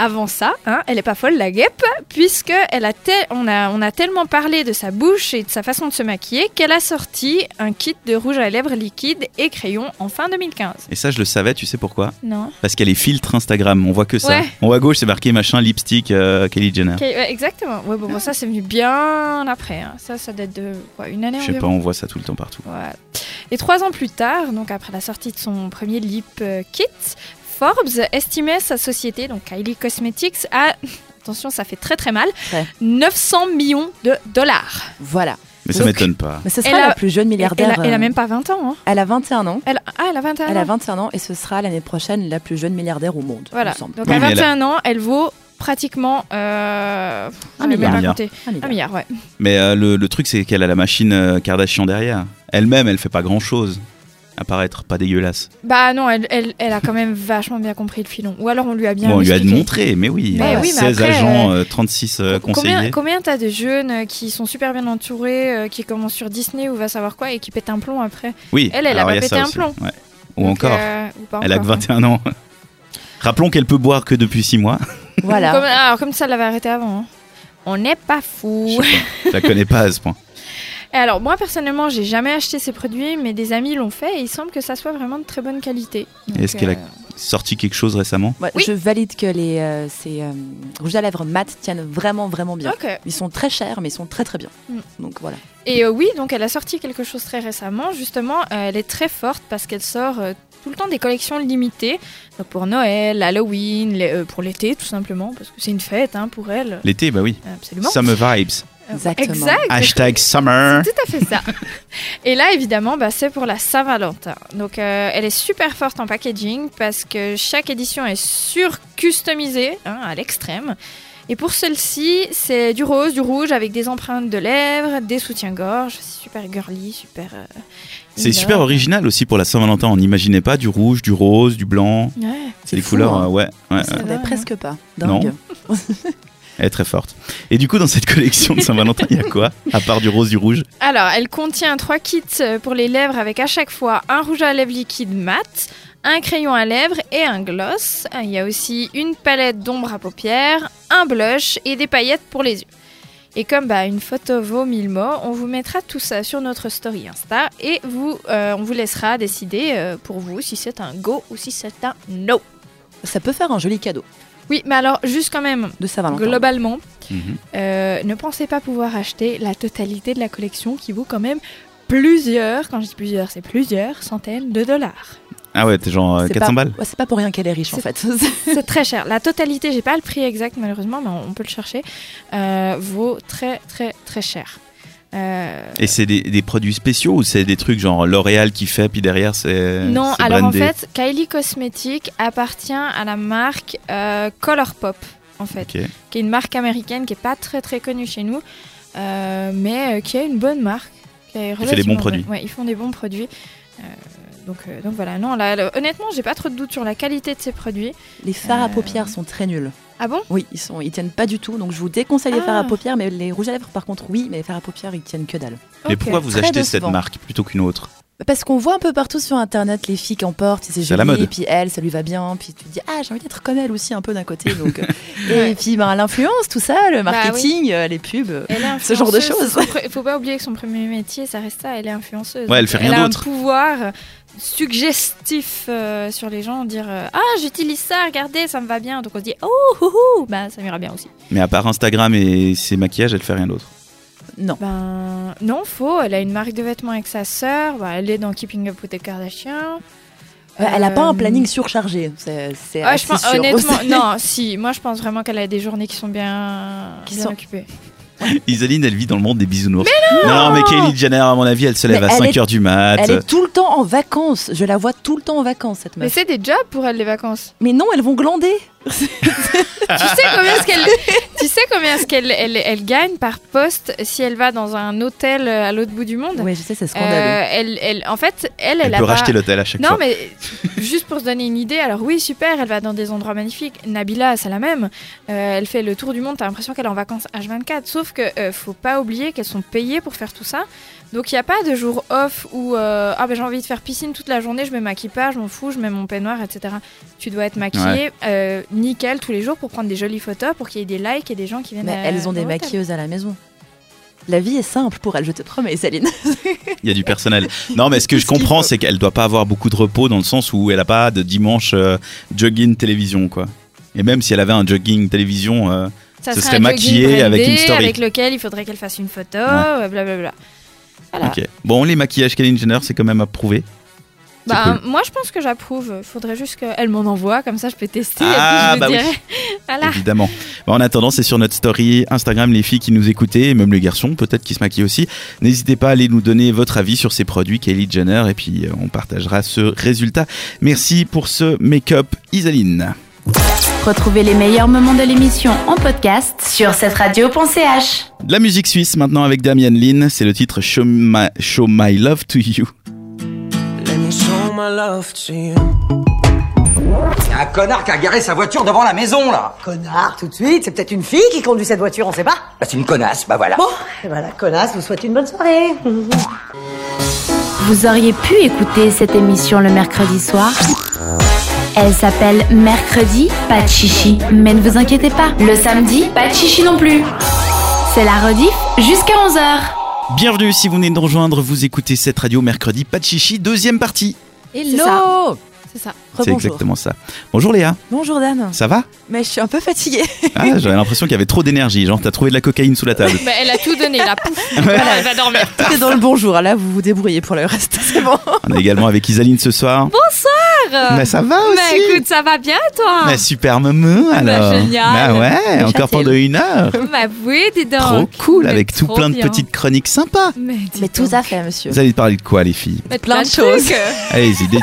F: Avant ça, hein, elle est pas folle la guêpe, puisque elle a tel- on, a, on a tellement parlé de sa bouche et de sa façon de se maquiller qu'elle a sorti un kit de rouge à lèvres liquide et crayon en fin 2015.
C: Et ça, je le savais, tu sais pourquoi
F: Non
C: Parce qu'elle est filtre Instagram, on voit que ça.
F: Ouais.
C: En haut à gauche, c'est marqué machin, lipstick, euh, Kylie Jenner.
F: Ok, ouais, Exactement. Ouais, bon, bon, ça c'est venu bien après. hein. Ça, ça date de quoi, une année
C: Je sais
F: environ
C: pas, on voit ça tout le temps partout.
F: Voilà. Et trois ans plus tard, donc après la sortie de son premier lip euh, kit, Forbes estimait sa société, donc Kylie Cosmetics, à, attention ça fait très très mal,
D: Ouais.
F: 900 millions de dollars.
D: Voilà.
C: Mais ça
D: Donc-
C: m'étonne pas.
D: Mais ce
F: Elle
D: sera la
F: a-
D: plus jeune
F: Et- elle,
D: milliardaire.
F: a, elle a
D: euh,
F: même pas 20 ans. hein.
D: elle a 21 ans.
F: Elle, ah, elle a 21
D: Elle a
F: ans.
D: 21 ans et ce sera l'année prochaine la plus jeune milliardaire au monde.
F: Voilà.
D: il me semble.
F: Donc
C: Oui,
F: à
C: mais elle a-
F: 21 ans, elle vaut pratiquement... Euh,
D: Un
F: j'avais même
D: milliard.
C: Un
F: pas
C: milliard.
F: compté.
D: Un milliard.
F: Un milliard, ouais.
C: Mais euh, le, le truc, c'est qu'elle a la machine euh, Kardashian derrière. Elle-même, elle fait pas grand-chose. Apparaître pas dégueulasse.
F: Bah non, elle, elle- elle a quand même vachement bien compris le filon. Ou alors on lui a bien
C: bon, on lui a
F: expliqué.
C: montré, mais oui.
F: Mais oui, mais
C: 16
F: après,
C: agents, euh, 36 euh,
F: Combien,
C: conseillers.
F: combien t'as de jeunes euh, qui sont super bien entourés, euh, qui commencent sur Disney ou va savoir quoi et qui pètent un plomb après
C: Oui,
F: Elle, elle a
C: alors
F: pas
C: il y
F: pété
C: ça
F: un
C: aussi.
F: plomb.
C: Ouais. Ou
F: Donc,
C: encore,
F: euh, ou pas
C: elle a que
F: encore, hein.
C: 21 ans. Rappelons qu'elle peut boire que depuis 6 mois.
D: Voilà.
F: Comme, alors, comme ça, elle l'avait arrêté avant. hein. On n'est pas
C: Je
F: fou.
C: sais pas, je la connais pas à ce point.
F: Et Alors, moi, personnellement, j'ai jamais acheté ces produits, mais des amis l'ont fait et il semble que ça soit vraiment de très bonne qualité. Donc,
C: Est-ce qu'elle a
F: euh,
C: sorti quelque chose récemment
D: Ouais,
F: Oui.
D: Je valide que les, euh, ces euh, rouges à lèvres mat tiennent vraiment, vraiment bien.
F: euh, Ok.
D: Ils sont très chers, mais ils sont très, très bien.
F: Ah. Mm.
D: Donc voilà.
F: Et euh, oui, donc elle a sorti quelque chose très récemment. Justement, euh, elle est très forte parce qu'elle sort euh, tout le temps des collections limitées. Donc pour Noël, Halloween, les- euh, pour l'été tout simplement, parce que c'est une fête hein, pour elle. euh,
C: L'été, bah oui.
F: Absolument.
C: Summer vibes.
F: Euh,
D: Exactement.
F: Exact.
C: Hashtag summer.
F: Tout à fait ça. Et là, évidemment, bah, c'est pour la Saint-Valentin. Donc, euh, elle est super forte en packaging parce que chaque édition est sur-customisée hein, à l'extrême. Et pour celle-ci, c'est du rose, du rouge avec des empreintes de lèvres, des soutiens-gorge. C'est super girly, super. euh,
C: C'est
F: indoor.
C: super original aussi pour la Saint-Valentin. On n'imaginait pas du rouge, du rose, du blanc.
F: Ouais.
C: C'est des
D: fou,
C: couleurs,
D: hein.
C: euh, ouais. ouais,
D: Ça
C: ouais.
D: n'avait
F: dingue,
D: presque pas.
C: Non.
D: Dingue.
C: Elle est très forte. Et du coup, dans cette collection de Saint-Valentin, il y a quoi À part du rose, du rouge
F: Alors, elle contient trois kits pour les lèvres avec à chaque fois un rouge à lèvres liquide mat, un crayon à lèvres et un gloss. Il y a aussi une palette d'ombre à paupières, un blush et des paillettes pour les yeux. Et comme bah, une photo vaut mille mots, on vous mettra tout ça sur notre story Insta et vous, euh, on vous laissera décider euh, pour vous si c'est un go ou si c'est un no.
D: Ça peut faire un joli cadeau
F: Oui, mais alors juste quand même,
D: de Saint-Valentin.
F: globalement,
C: Mhm.
F: Euh, ne pensez pas pouvoir acheter la totalité de la collection qui vaut quand même plusieurs, quand je dis plusieurs, c'est plusieurs centaines de dollars.
C: Ah ouais, t'es genre euh,
D: C'est
C: 400
D: pas-
C: balles.
D: Ouais, c'est pas pour rien qu'elle est riche en fait.
F: C'est très cher. La totalité, j'ai pas le prix exact malheureusement, mais on peut le chercher, euh, vaut très très très cher. Euh,
C: Et c'est des, des produits spéciaux ou c'est des trucs genre L'Oréal qui fait, puis derrière c'est.
F: non,
C: Euh, c'est
F: alors
C: brandé
F: en fait, Kylie Cosmetics appartient à la marque euh, Colourpop, en fait,
C: Ok.
F: qui est une marque américaine qui est pas très très connue chez nous, euh, mais euh, qui est une bonne marque. qui est
C: des
F: relativement
C: bons produits.
F: bonne. Ouais, ils font des bons produits. Euh, donc, euh, donc voilà, non, là, là, honnêtement, j'ai pas trop de doute sur la qualité de ces produits.
D: Les fards à
F: Euh.
D: paupières sont très nuls.
F: Ah bon
D: Oui, ils sont, ils tiennent pas du tout. Donc je vous déconseille les fards à
F: Ah.
D: paupières, mais les rouges à lèvres par contre, oui, mais les fards à paupières, ils tiennent que dalle.
C: Mais
F: Ok.
C: pourquoi vous
D: Très
C: achetez cette
D: décevant.
C: marque plutôt qu'une autre
D: Parce qu'on voit un peu partout sur internet les filles qui en portent, et c'est
C: C'est à
D: joli,
C: la mode.
D: et puis elle, ça lui va bien, puis tu te dis ah j'ai envie d'être comme elle aussi un peu d'un côté. Donc, euh, et puis ben, l'influence, tout ça, le
F: Bah oui.
D: marketing, euh, les pubs. euh,
F: Elle est
D: Ce genre de
F: influenceuse,
D: choses.
F: son pre- Faut pas oublier que son premier métier, ça reste ça. Elle est influenceuse.
C: Ouais, elle fait rien
F: a un
C: d'autre.
F: pouvoir suggestif euh, sur les gens, dire euh, ah j'utilise ça, regardez, ça me va bien. Donc on se dit oh, oh, oh, bah ça m'ira bien aussi.
C: Mais à part Instagram et ses maquillages, elle fait rien d'autre.
D: Non.
F: Ben non, faux. Elle a une marque de vêtements avec sa sœur. Ben, elle est dans Keeping Up with the Kardashians.
D: Ouais, Elle a pas
F: Euh,
D: un planning surchargé. C'est c'est
F: Ah, je
D: assez
F: pense,
D: sûr.
F: honnêtement, non, si. Moi, je pense vraiment qu'elle a des journées qui sont bien,
D: Qui
F: bien
D: sont- bah.
F: occupées.
C: Isaline, elle vit dans le monde des bisounours. non, mais Kylie Jenner, à mon avis, elle se lève
D: Mais
C: à
D: elle
C: 5h
D: est-
C: du mat. euh,
D: Elle est tout le temps en vacances. Je la vois tout le temps en vacances cette
F: Mais
D: meuf.
F: c'est des jobs pour elle, les vacances.
D: Mais non, elles vont glander.
F: tu sais combien est-ce qu'elle tu sais combien est-ce qu'elle elle, elle gagne par poste si elle va dans un hôtel à l'autre bout du monde
D: Ouais, je sais, c'est scandaleux.
F: Euh, elle, elle, en fait, elle, elle,
C: Elle
F: a
C: peut
F: pas-
C: racheter l'hôtel à chaque
F: Non,
C: fois.
F: mais juste pour se donner une idée, alors oui, super, elle va dans des endroits magnifiques. Nabila, c'est la même. Euh, elle fait le tour du monde, t'as l'impression qu'elle est en vacances H24. Sauf que euh, faut pas oublier qu'elles sont payées pour faire tout ça. Donc il n'y a pas de jour off où euh, ah, ben, j'ai envie de faire piscine toute la journée, je me maquille pas, je m'en fous, je mets mon peignoir, etc. Tu dois être maquillée euh, nickel tous les jours pour prendre des jolies photos, pour qu'il y ait des likes et des gens qui viennent.
D: Mais
F: euh,
D: elles ont des
F: dans l'hôtel.
D: maquilleuses à la maison. La vie est simple pour elles, je te promets, Céline.
C: Il y a du personnel. Non, mais ce que je
D: Tout ce qu'il
C: comprends,
D: faut.
C: c'est qu'elle doit pas avoir beaucoup de repos dans le sens où elle a pas de dimanche euh, jogging télévision, quoi. Et même si elle avait un jogging télévision, euh,
F: Ça
C: Ce serait
F: serait un jogging
C: maquillé avec
F: brandé
C: une story.
F: Avec lequel il faudrait qu'elle fasse une photo, euh, blablabla. Voilà.
C: ok. Bon, les maquillages Kylie Jenner, c'est quand même approuvé. C'est
F: Bah,
C: cool.
F: Moi, je pense que j'approuve. Faudrait juste qu'elle m'en envoie, comme ça je peux tester.
C: Ah,
F: et
C: bah
F: puis
C: oui.
F: je me dirai. Voilà.
C: Évidemment. Bon, en attendant, c'est sur notre story Instagram, les filles qui nous écoutez, et même les garçons, peut-être qui se maquillent aussi. N'hésitez pas à aller nous donner votre avis sur ces produits Kylie Jenner, et puis euh, on partagera ce résultat. Merci pour ce make-up, Isaline.
B: Retrouvez les meilleurs moments de l'émission en podcast sur cette radio.ch.
C: De la musique suisse maintenant avec Damien Lin, c'est le titre Show My, Show My Love to You.
H: Let me show my love to you.
J: C'est un connard qui a garé sa voiture devant la maison, là
A: Connard, tout de suite, c'est peut-être une fille qui conduit cette voiture, on sait pas.
J: Bah, c'est une connasse, bah voilà.
A: Bon, et ben la connasse vous souhaite une bonne soirée.
B: Vous auriez pu écouter cette émission le mercredi soir Elle s'appelle Mercredi, pas de chichi. Mais ne vous inquiétez pas, le samedi, pas de chichi non plus. C'est la rediff jusqu'à 11h.
C: Bienvenue si vous venez de nous rejoindre, vous écoutez cette radio mercredi, pas de chichi, deuxième partie.
D: Hello
F: C'est ça.
C: C'est
D: Rebonjour.
C: exactement ça. Bonjour Léa,
D: Bonjour Dan.
C: ça va
D: Mais je suis un peu fatiguée.
C: ah, J'avais l'impression qu'il y avait trop d'énergie, genre t'as trouvé de la cocaïne sous la table.
F: Bah, elle a tout donné, là. Pouf. Voilà, elle va dormir.
D: Tout est dans le bonjour. Là, vous vous débrouillez pour le reste. C'est bon.
C: On est également avec Isaline ce soir. Mais ça va aussi
F: Bah, écoute, ça va bien, toi
C: Mais super maman alors
F: génial.
C: Bah ouais, encore pendant une heure
F: Bah oui, dis donc.
C: Trop cool,
F: Mais
C: avec tout
F: trop
C: plein de
F: bien.
C: petites chroniques sympas
F: Mais, dis
D: Mais tout
F: donc.
D: à fait, monsieur.
C: Vous allez parler de quoi les filles
F: Mais
D: Plein de choses.
F: trucs.
C: Allez-y, dé-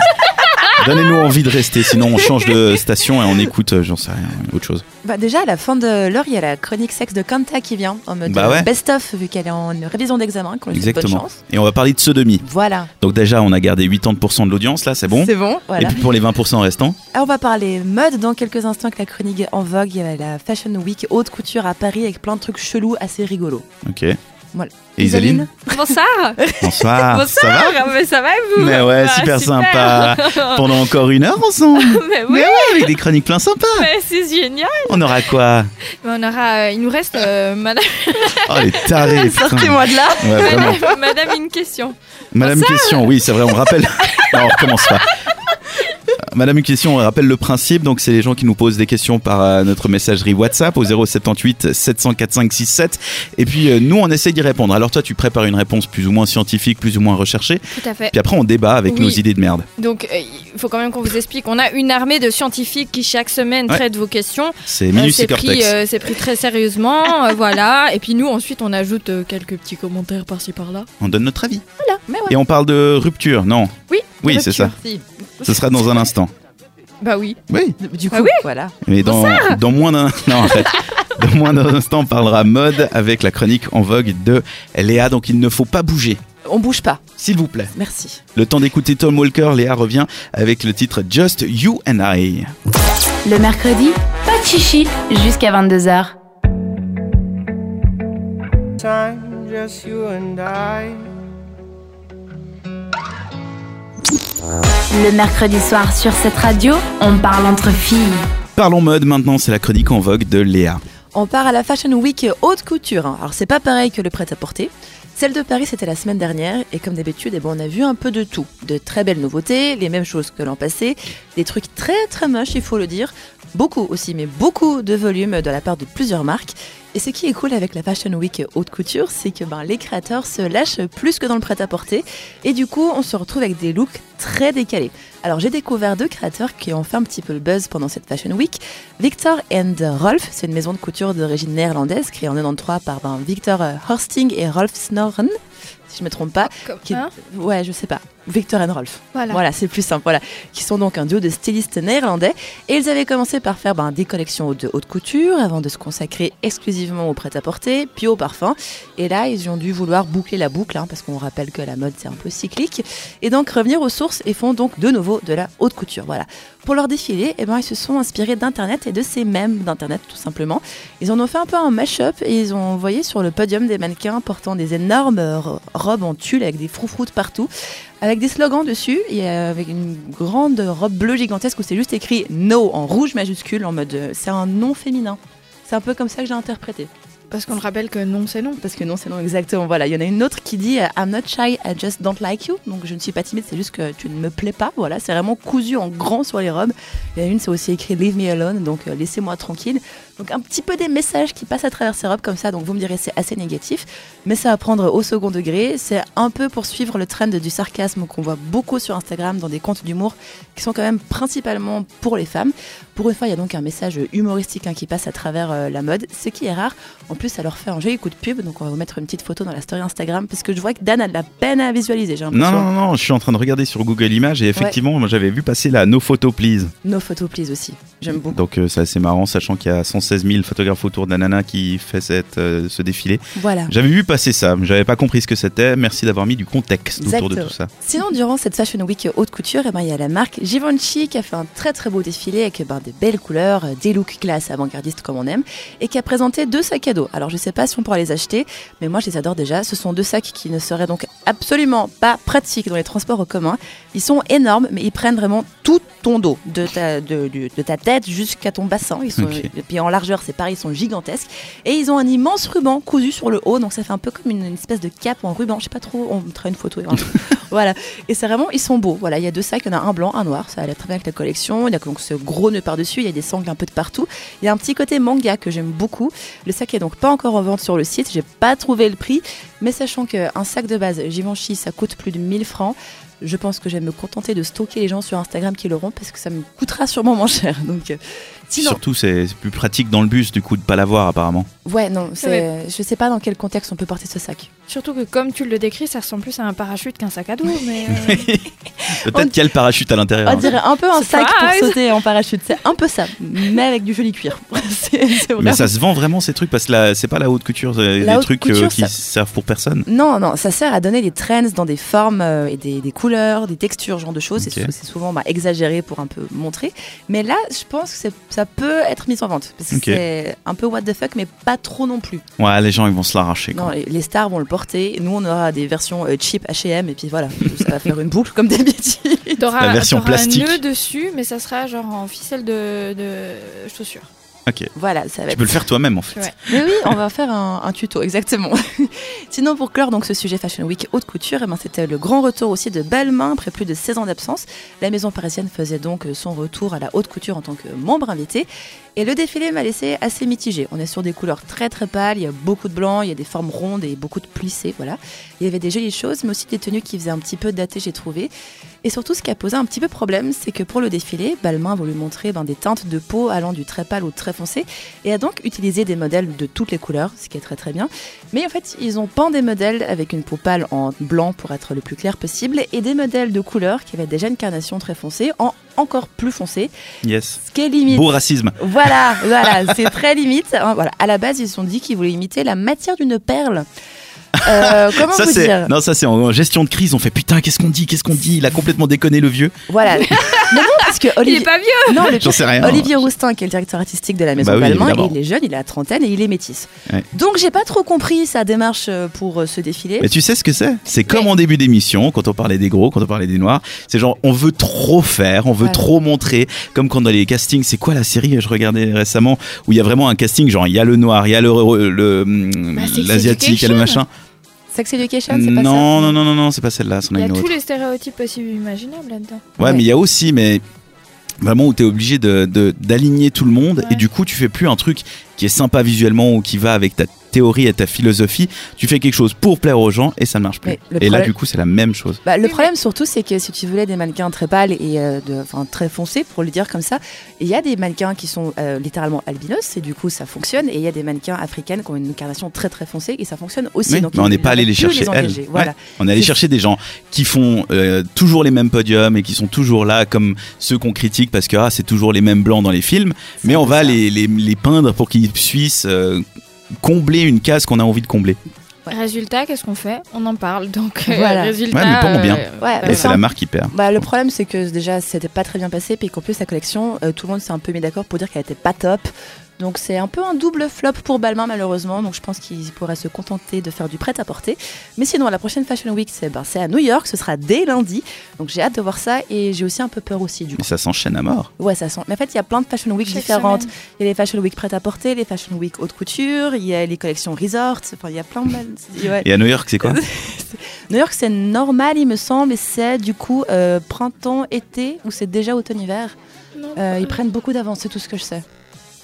C: donnez-nous envie de rester, sinon on change de station et on écoute, euh, j'en sais rien, autre chose.
D: Bah déjà, à la fin de l'heure, il y a la chronique sexe de Kanta qui vient en mode euh,
C: Bah ouais.
D: best-of, vu qu'elle est en révision d'examen, qu'on lui souhaite bonne
C: Exactement.
D: chance.
C: Et on va parler de ce demi.
D: Voilà.
C: Donc déjà, on a gardé 80% de l'audience, là, c'est bon.
D: C'est bon. Voilà.
C: Et puis pour les 20% restants,
D: Alors, on va parler mode dans quelques instants avec la chronique en vogue. Il y a la Fashion Week haute couture à Paris avec plein de trucs chelous assez rigolos.
C: ok.
D: Voilà.
C: Et Isaline,
F: Bonsoir.
C: bonsoir. Ah, ça va
F: Bonsoir. Ah, Mais ça va et vous
C: Mais ouais,
F: Bah,
C: super, sympa. Pendant encore une heure ensemble.
F: Mais
C: Mais
F: oui,
C: ouais, avec des chroniques plein sympas.
F: mais c'est génial.
C: On aura quoi
F: Mais on aura, euh, il nous reste euh, madame,
C: Oh, les tarés. putain.
D: Sortez-moi de là.
C: Ouais, Bah, vraiment.
F: madame, madame, une question.
C: Madame Question, oui, c'est vrai, on rappelle. non, on recommence pas. Madame une question, on rappelle le principe. Donc, c'est les gens qui nous posent des questions par euh, notre messagerie WhatsApp au 078 700 4567. Et puis, euh, nous, on essaie d'y répondre. Alors, toi, tu prépares une réponse plus ou moins scientifique, plus ou moins recherchée.
F: Tout à fait.
C: Puis après, on débat avec
F: Oui.
C: nos idées de merde.
F: Donc, euh, il faut quand même qu'on vous explique. On a une armée de scientifiques qui chaque semaine
C: Ouais.
F: traitent vos questions.
C: C'est Minus
F: Euh,
C: et
F: pris,
C: Cortex.
F: euh, c'est pris très sérieusement, euh, voilà. Et puis nous, ensuite, on ajoute euh, quelques petits commentaires par-ci par-là.
C: On donne notre avis.
F: Voilà. Mais ouais.
C: Et on parle de rupture, non
F: Oui.
C: Oui,
F: rupture.
C: c'est ça.
D: Si.
C: Ce sera dans un instant.
F: Bah oui.
C: Oui.
D: Du coup,
F: Ah oui
D: voilà.
C: Mais dans, dans moins d'un non, en fait, dans moins d'un instant, on parlera mode avec la chronique en vogue de Léa. Donc il ne faut pas bouger,
D: On bouge pas.
C: s'il vous plaît.
D: Merci.
C: Le temps d'écouter Tom Walker. Léa revient avec le titre Just You and I.
B: Le mercredi, pas de chichi jusqu'à 22h.
H: Time, just you and I.
B: Le mercredi soir sur cette radio, on parle entre filles.
C: Parlons mode maintenant. C'est la chronique en vogue de Léa.
D: On part à la Fashion Week haute couture. hein. Alors c'est pas pareil que le prêt-à-porter. Celle de Paris, c'était la semaine dernière, et comme d'habitude, eh ben, on a vu un peu de tout. De très belles nouveautés, les mêmes choses que l'an passé, des trucs très très moches, il faut le dire. Beaucoup aussi, mais beaucoup de volume de la part de plusieurs marques. Et ce qui est cool avec la Fashion Week haute couture, c'est que ben, les créateurs se lâchent plus que dans le prêt-à-porter, et du coup, on se retrouve avec des looks très décalés. Alors j'ai découvert deux créateurs qui ont fait un petit peu le buzz pendant cette Fashion Week. Victor and Rolf, c'est une maison de couture d'origine néerlandaise créée en 93 par ben, Victor euh, Horsting et Rolf Snorren, si je ne me trompe pas.
F: Comme-
D: qui-
F: hein
D: ouais, je sais pas. Victor and Rolf.
F: voilà.
D: Voilà, c'est plus simple. Voilà, qui sont donc un duo de stylistes néerlandais. Et ils avaient commencé par faire ben, des collections de haute couture avant de se consacrer exclusivement au prêt-à-porter, puis au parfum. Et là, ils ont dû vouloir boucler la boucle, hein, parce qu'on rappelle que la mode c'est un peu cyclique. Et donc revenir aux sources et font donc de nouveau de la haute couture. Voilà. Pour leur défilé, eh ben, ils se sont inspirés d'Internet et de ces mêmes d'Internet tout simplement. Ils en ont fait un peu un mash-up et ils ont envoyé sur le podium des mannequins portant des énormes euh, ro- robes en tulle avec des froufroutes partout avec des slogans dessus et euh, avec une grande robe bleue gigantesque où c'est juste écrit No en rouge majuscule en mode euh, c'est un nom féminin. C'est un peu comme ça que j'ai interprété.
F: Parce qu'on le rappelle que non, c'est non.
D: Parce que non, c'est non exactement. Voilà, il y en a une autre qui dit euh, I'm not shy, I just don't like you. Donc je ne suis pas timide, c'est juste que tu ne me plais pas. Voilà, c'est vraiment cousu en grand sur les robes. Il y en a une, c'est aussi écrit Leave me alone, donc euh, laissez-moi tranquille. Donc un petit peu des messages qui passent à travers ces robes comme ça. Donc vous me direz, c'est assez négatif, mais ça à prendre au second degré. C'est un peu pour suivre le trend du sarcasme qu'on voit beaucoup sur Instagram dans des comptes d'humour qui sont quand même principalement pour les femmes. Pour une fois, il y a donc un message humoristique hein, qui passe à travers euh, la mode, ce qui est rare. En plus, ça leur fait un joli coup de pub, donc on va vous mettre une petite photo dans la story Instagram, parce que je vois que Dan a de la peine à visualiser, j'ai
C: Non,
D: l'impression.
C: non, non, non, je suis en train de regarder sur Google Images et effectivement, moi j'avais vu passer la No Photo Please.
D: Nos photos, please aussi. J'aime beaucoup.
C: Donc euh, c'est assez marrant, sachant qu'il y a 116 000 photographes autour de la nana qui fait cette, euh, ce défilé.
D: Voilà.
C: J'avais vu passer ça, mais j'avais pas compris ce que c'était. Merci d'avoir mis du contexte autour de
D: Exactement.
C: tout ça.
D: Sinon, durant cette Fashion Week haute couture, eh ben, il y a la marque Givenchy qui a fait un très très beau défilé avec ben, des belles couleurs, euh, des looks classe avant-gardistes comme on aime, et qui a présenté deux sacs à dos. Alors je sais pas si on pourra les acheter, mais moi je les adore déjà. Ce sont deux sacs qui ne seraient donc absolument pas pratiques dans les transports en commun. Ils sont énormes, mais ils prennent vraiment tout ton dos, de ta, de, du- de ta tête jusqu'à ton bassin. Ils sont,
C: Ok.
D: Et puis en largeur, c'est pareil, ils sont gigantesques. Et ils ont un immense ruban cousu sur le haut, donc ça fait un peu comme une, une espèce de cape en ruban. Je sais pas trop, on mettra une photo. hein. voilà. Et c'est vraiment, ils sont beaux. Voilà, il y a deux sacs, il y en a un blanc, un noir. Ça allait très bien avec la collection. Il y a donc ce gros nœud par-dessus, il y a des sangles un peu de partout. Il y a un petit côté manga que j'aime beaucoup. Le sac est donc pas encore en vente sur le site. J'ai pas trouvé le prix, mais sachant qu'un sac de base Givenchy, ça coûte plus de 1000 francs. Je pense que je vais me contenter de stocker les gens sur Instagram qui l'auront parce que ça me coûtera sûrement moins cher. Donc, euh, sinon,
C: Surtout, c'est c'est plus pratique dans le bus du coup de pas l'avoir apparemment.
D: Ouais, non, c'est... je sais pas dans quel contexte on peut porter ce sac.
F: Surtout que comme tu le décris, ça ressemble plus à un parachute qu'un sac à dos. Mais euh,
C: Peut-être
D: On-
C: qu'il y a le parachute à l'intérieur. hein.
D: On dirait un peu un sac pour
F: Surprise
D: sauter en parachute, c'est un peu ça, mais avec du joli cuir. c'est, c'est
C: Mais
D: vraiment-
C: ça se vend vraiment ces trucs parce que la- c'est pas la haute couture, c'est
D: La
C: des
D: haute
C: trucs
D: couture,
C: euh, qui
D: ça-
C: servent pour personne.
D: Non, non, ça sert à donner des trends dans des formes euh, et des, des couleurs, des textures, genre de choses. C'est
C: Ok.
D: sou- C'est souvent bah, exagéré pour un peu montrer. Mais là, je pense que c'est- ça peut être mis en vente. Parce que
C: Ok.
D: c'est un peu what the fuck, mais pas trop non plus.
C: Ouais, les gens ils vont se l'arracher. quoi.
D: Non, les, les stars vont le porter. Nous, on aura des versions euh, cheap HM. Et puis voilà, ça va faire une boucle comme d'habitude.
F: t'auras
C: La version
F: t'auras un
C: plastique.
F: nœud dessus, mais ça sera genre en ficelle de, de chaussures.
C: Ok.
D: Voilà, ça va
C: Tu
D: être-
C: peux le faire toi-même en fait.
D: mais oui, on va faire un, un tuto, exactement. Sinon, pour clore donc ce sujet Fashion Week haute couture, eh ben, c'était le grand retour aussi de Balmain après plus de 16 ans d'absence. La maison parisienne faisait donc son retour à la haute couture en tant que membre invité. Et le défilé m'a laissé assez mitigé. On est sur des couleurs très très pâles, il y a beaucoup de blanc, il y a des formes rondes et beaucoup de plissés, voilà. Il y avait des jolies choses, mais aussi des tenues qui faisaient un petit peu dater, j'ai trouvé. Et surtout, ce qui a posé un petit peu problème, c'est que pour le défilé, Balmain a voulu montrer ben, des teintes de peau allant du très pâle au très foncé et a donc utilisé des modèles de toutes les couleurs, ce qui est très très bien. Mais en fait, ils ont peint des modèles avec une peau pâle en blanc pour être le plus clair possible et des modèles de couleurs qui avaient déjà une carnation très foncée en encore plus foncée,
C: Yes.
D: ce qui est limite.
C: Beau racisme.
D: Voilà, voilà, c'est très limite. Hein, Voilà. À la base, ils se sont dit qu'ils voulaient imiter la matière d'une perle. Euh, comment
C: ça
D: vous
C: c'est
D: dire
C: non ça c'est en en gestion de crise on fait putain qu'est-ce qu'on dit qu'est-ce qu'on dit il a complètement déconné le vieux
D: Voilà. Mais non, parce que Olivier.
F: Il est pas vieux
D: Non, le
C: J'en sais rien.
D: Olivier Roustin, qui est le directeur artistique de la maison
C: Ah, Bah oui,
D: Balmain,
C: évidemment.
D: il est jeune, il a la trentaine et il est métis.
C: Ouais.
D: Donc j'ai pas trop compris sa démarche euh, pour euh, ce défilé.
C: mais tu sais ce que c'est c'est comme en début d'émission quand on parlait des gros quand on parlait des noirs c'est genre on veut trop faire on veut
D: Voilà.
C: trop montrer comme quand dans les castings c'est quoi la série je regardais récemment où il y a vraiment un casting genre il y a le noir il y a le le- hum,
F: Bah, Sex
C: l'asiatique il y a le
F: Education.
C: machin
D: Sex Education, c'est pas ça
C: non non non non non c'est pas celle-là c'en
F: Il
C: a
F: y a
C: une autre
F: tous les stéréotypes possibles et imaginables là-dedans.
C: Ouais,
D: Ouais.
C: mais il y a aussi, mais vraiment où t'es obligé de de- d'aligner tout le monde
F: Ouais.
C: et du coup tu fais plus un truc qui est sympa visuellement ou qui va avec ta théorie et ta philosophie. Tu fais quelque chose pour plaire aux gens et ça ne marche plus.
D: Mais le
C: Et là
D: problème-
C: du coup c'est la même chose.
D: Bah, le
F: Oui,
D: problème surtout, c'est que si tu voulais des mannequins très pâles et euh, de, enfin, très foncés, pour le dire comme ça, il y a des mannequins qui sont euh, littéralement albinos et du coup ça fonctionne. Et il y a des mannequins africaines qui ont une carnation très très foncée et ça fonctionne aussi.
C: Oui,
D: Donc,
C: mais on
D: ils
C: n'est pas allé les
D: peuvent plus
C: chercher elles.
D: engager.
C: Ouais.
D: Voilà.
C: On est allé
D: C'est-
C: chercher des gens qui font euh, toujours les mêmes podiums et qui sont toujours là comme ceux qu'on critique parce que ah, c'est toujours les mêmes blancs dans les films.
D: C'est
C: Mais
D: un
C: on
D: peu
C: va
D: ça.
C: les, les, les peindre pour qu'ils puissent euh, combler une case qu'on a envie de combler.
D: Bah Ouais.
F: Résultat, qu'est-ce qu'on fait On en parle. Donc, euh,
D: Voilà.
F: résultat.
C: Ouais, mais pas en bien.
F: euh,
D: Ouais,
C: et
D: mais
C: c'est
D: ça-
C: la marque qui perd.
D: Bah, le problème, c'est que déjà, c'était pas très bien passé, puis qu'en plus, la collection, euh, tout le monde s'est un peu mis d'accord pour dire qu'elle était pas top. Donc, c'est un peu un double flop pour Balmain, malheureusement. Donc, je pense qu'il pourrait se contenter de faire du prêt-à-porter. Mais sinon, la prochaine Fashion Week, c'est ben, c'est à New York, ce sera dès lundi. Donc, j'ai hâte de voir ça, et j'ai aussi un peu peur aussi, du
C: Mais
D: coup.
C: ça s'enchaîne à mort.
D: Ouais, ça sent. Mais en fait, il y a plein de Fashion Week
F: chaque
D: différentes.
F: semaine.
D: Il y a les Fashion Week prêt-à-porter, les Fashion Week haute couture, il y a les collections resort. Enfin, il y a plein de. Ouais.
C: Et à New York c'est quoi
D: New York, c'est normal, il me semble, et c'est du coup euh, printemps, été, ou c'est déjà automne-hiver.
F: Non.
D: Euh, ils prennent beaucoup d'avance, c'est tout ce que je sais.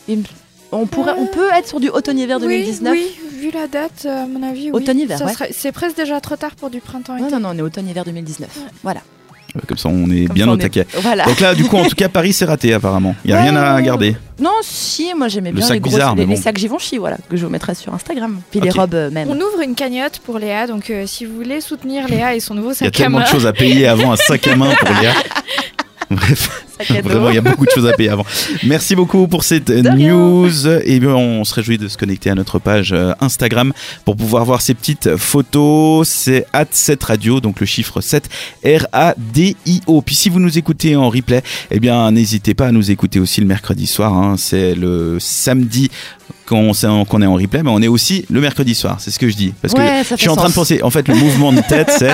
D: Il me- On, pourrait, on peut être sur du automne-hiver 2019.
F: Oui, oui, vu la date, euh, à mon avis. oui.
D: Automne-hiver,
F: Ça
D: ouais.
F: serait- C'est presque déjà trop tard pour du printemps.
D: Non,
F: été.
D: non, non, on est automne-hiver 2019. Voilà.
C: Comme ça on est
D: Comme
C: bien
D: ça,
C: au
D: on est-
C: taquet.
D: Voilà.
C: Donc là, du coup, en tout cas, Paris c'est raté apparemment. Il y a
D: Ouais.
C: rien à garder.
D: Non, si, moi j'aimais
C: Le
D: bien
C: sac
D: les, grosses-
C: bizarre,
D: les,
C: mais
D: les
C: bon.
D: sacs Givenchy, voilà, que je vous mettrai sur Instagram. Puis les
C: Ok.
D: robes euh, même.
F: On ouvre une cagnotte pour Léa, donc euh, si vous voulez soutenir Léa et son
C: Il
F: nouveau
C: y a
F: sac à
C: tellement
F: main.
C: de choses à payer avant un sac à main pour Léa. Bref,
D: Sac à dos.
C: vraiment, il y a beaucoup de choses à payer avant. Merci beaucoup pour cette
D: rien.
C: news. Et bien, on se réjouit de se connecter à notre page euh, Instagram pour pouvoir voir ces petites photos. C'est at 7 radio, donc le chiffre 7 R-A-D-I-O. Puis si vous nous écoutez en replay, eh bien, n'hésitez pas à nous écouter aussi le mercredi soir. hein. C'est le samedi qu'on sait- qu'on est en replay, mais on est aussi le mercredi soir. C'est ce que je dis. Parce que
D: Ouais, ça fait
C: je suis en train de
D: sens.
C: penser. En fait, le mouvement de tête, c'est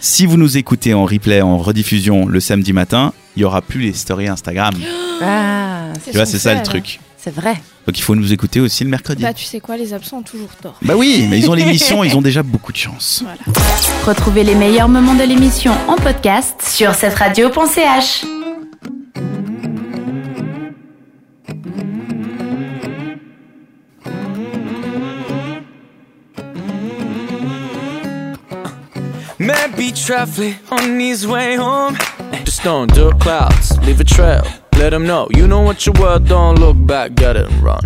C: si vous nous écoutez en replay, en rediffusion le samedi matin, il y aura plus les stories Instagram.
D: Oh, Ah,
C: Tu vois,
F: son
C: c'est ça le
F: frère.
C: truc.
D: c'est vrai.
C: Donc il faut nous écouter aussi le mercredi.
F: Bah, tu sais quoi, les absents ont toujours tort.
C: Bah oui, mais ils ont l'émission, ils ont déjà beaucoup de chance.
B: Retrouvez les meilleurs moments de l'émission en podcast sur cette radio.ch.
H: Man be traveling on his way home. Just don't do clouds, leave a trail. Let them know, you know what you were, don't look back, get it and run.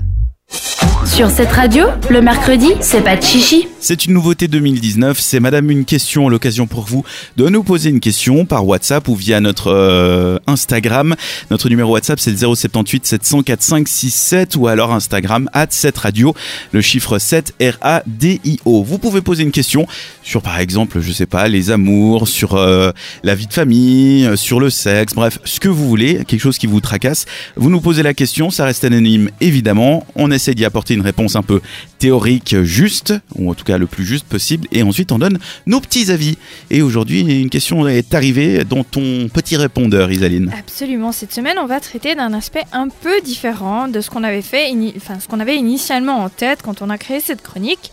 B: Sur cette radio, le mercredi, c'est pas de chichi.
C: C'est une nouveauté 2019, c'est Madame une question, l'occasion pour vous de nous poser une question par WhatsApp ou via notre euh, Instagram. Notre numéro WhatsApp c'est le 078 704 567 ou alors Instagram at 7 radio, le chiffre 7 R A D I O. Vous pouvez poser une question sur par exemple, je sais pas, les amours, sur euh, la vie de famille, euh, sur le sexe, bref, ce que vous voulez, quelque chose qui vous tracasse. Vous nous posez la question, ça reste anonyme évidemment, on essaie d'y apporter une réponse un peu théorique juste, ou en tout cas le plus juste possible, et ensuite on donne nos petits avis. Et aujourd'hui, une question est arrivée dans ton petit répondeur, Isaline.
F: Absolument, cette semaine, on va traiter d'un aspect un peu différent de ce qu'on avait fait, ini- enfin ce qu'on avait initialement en tête quand on a créé cette chronique,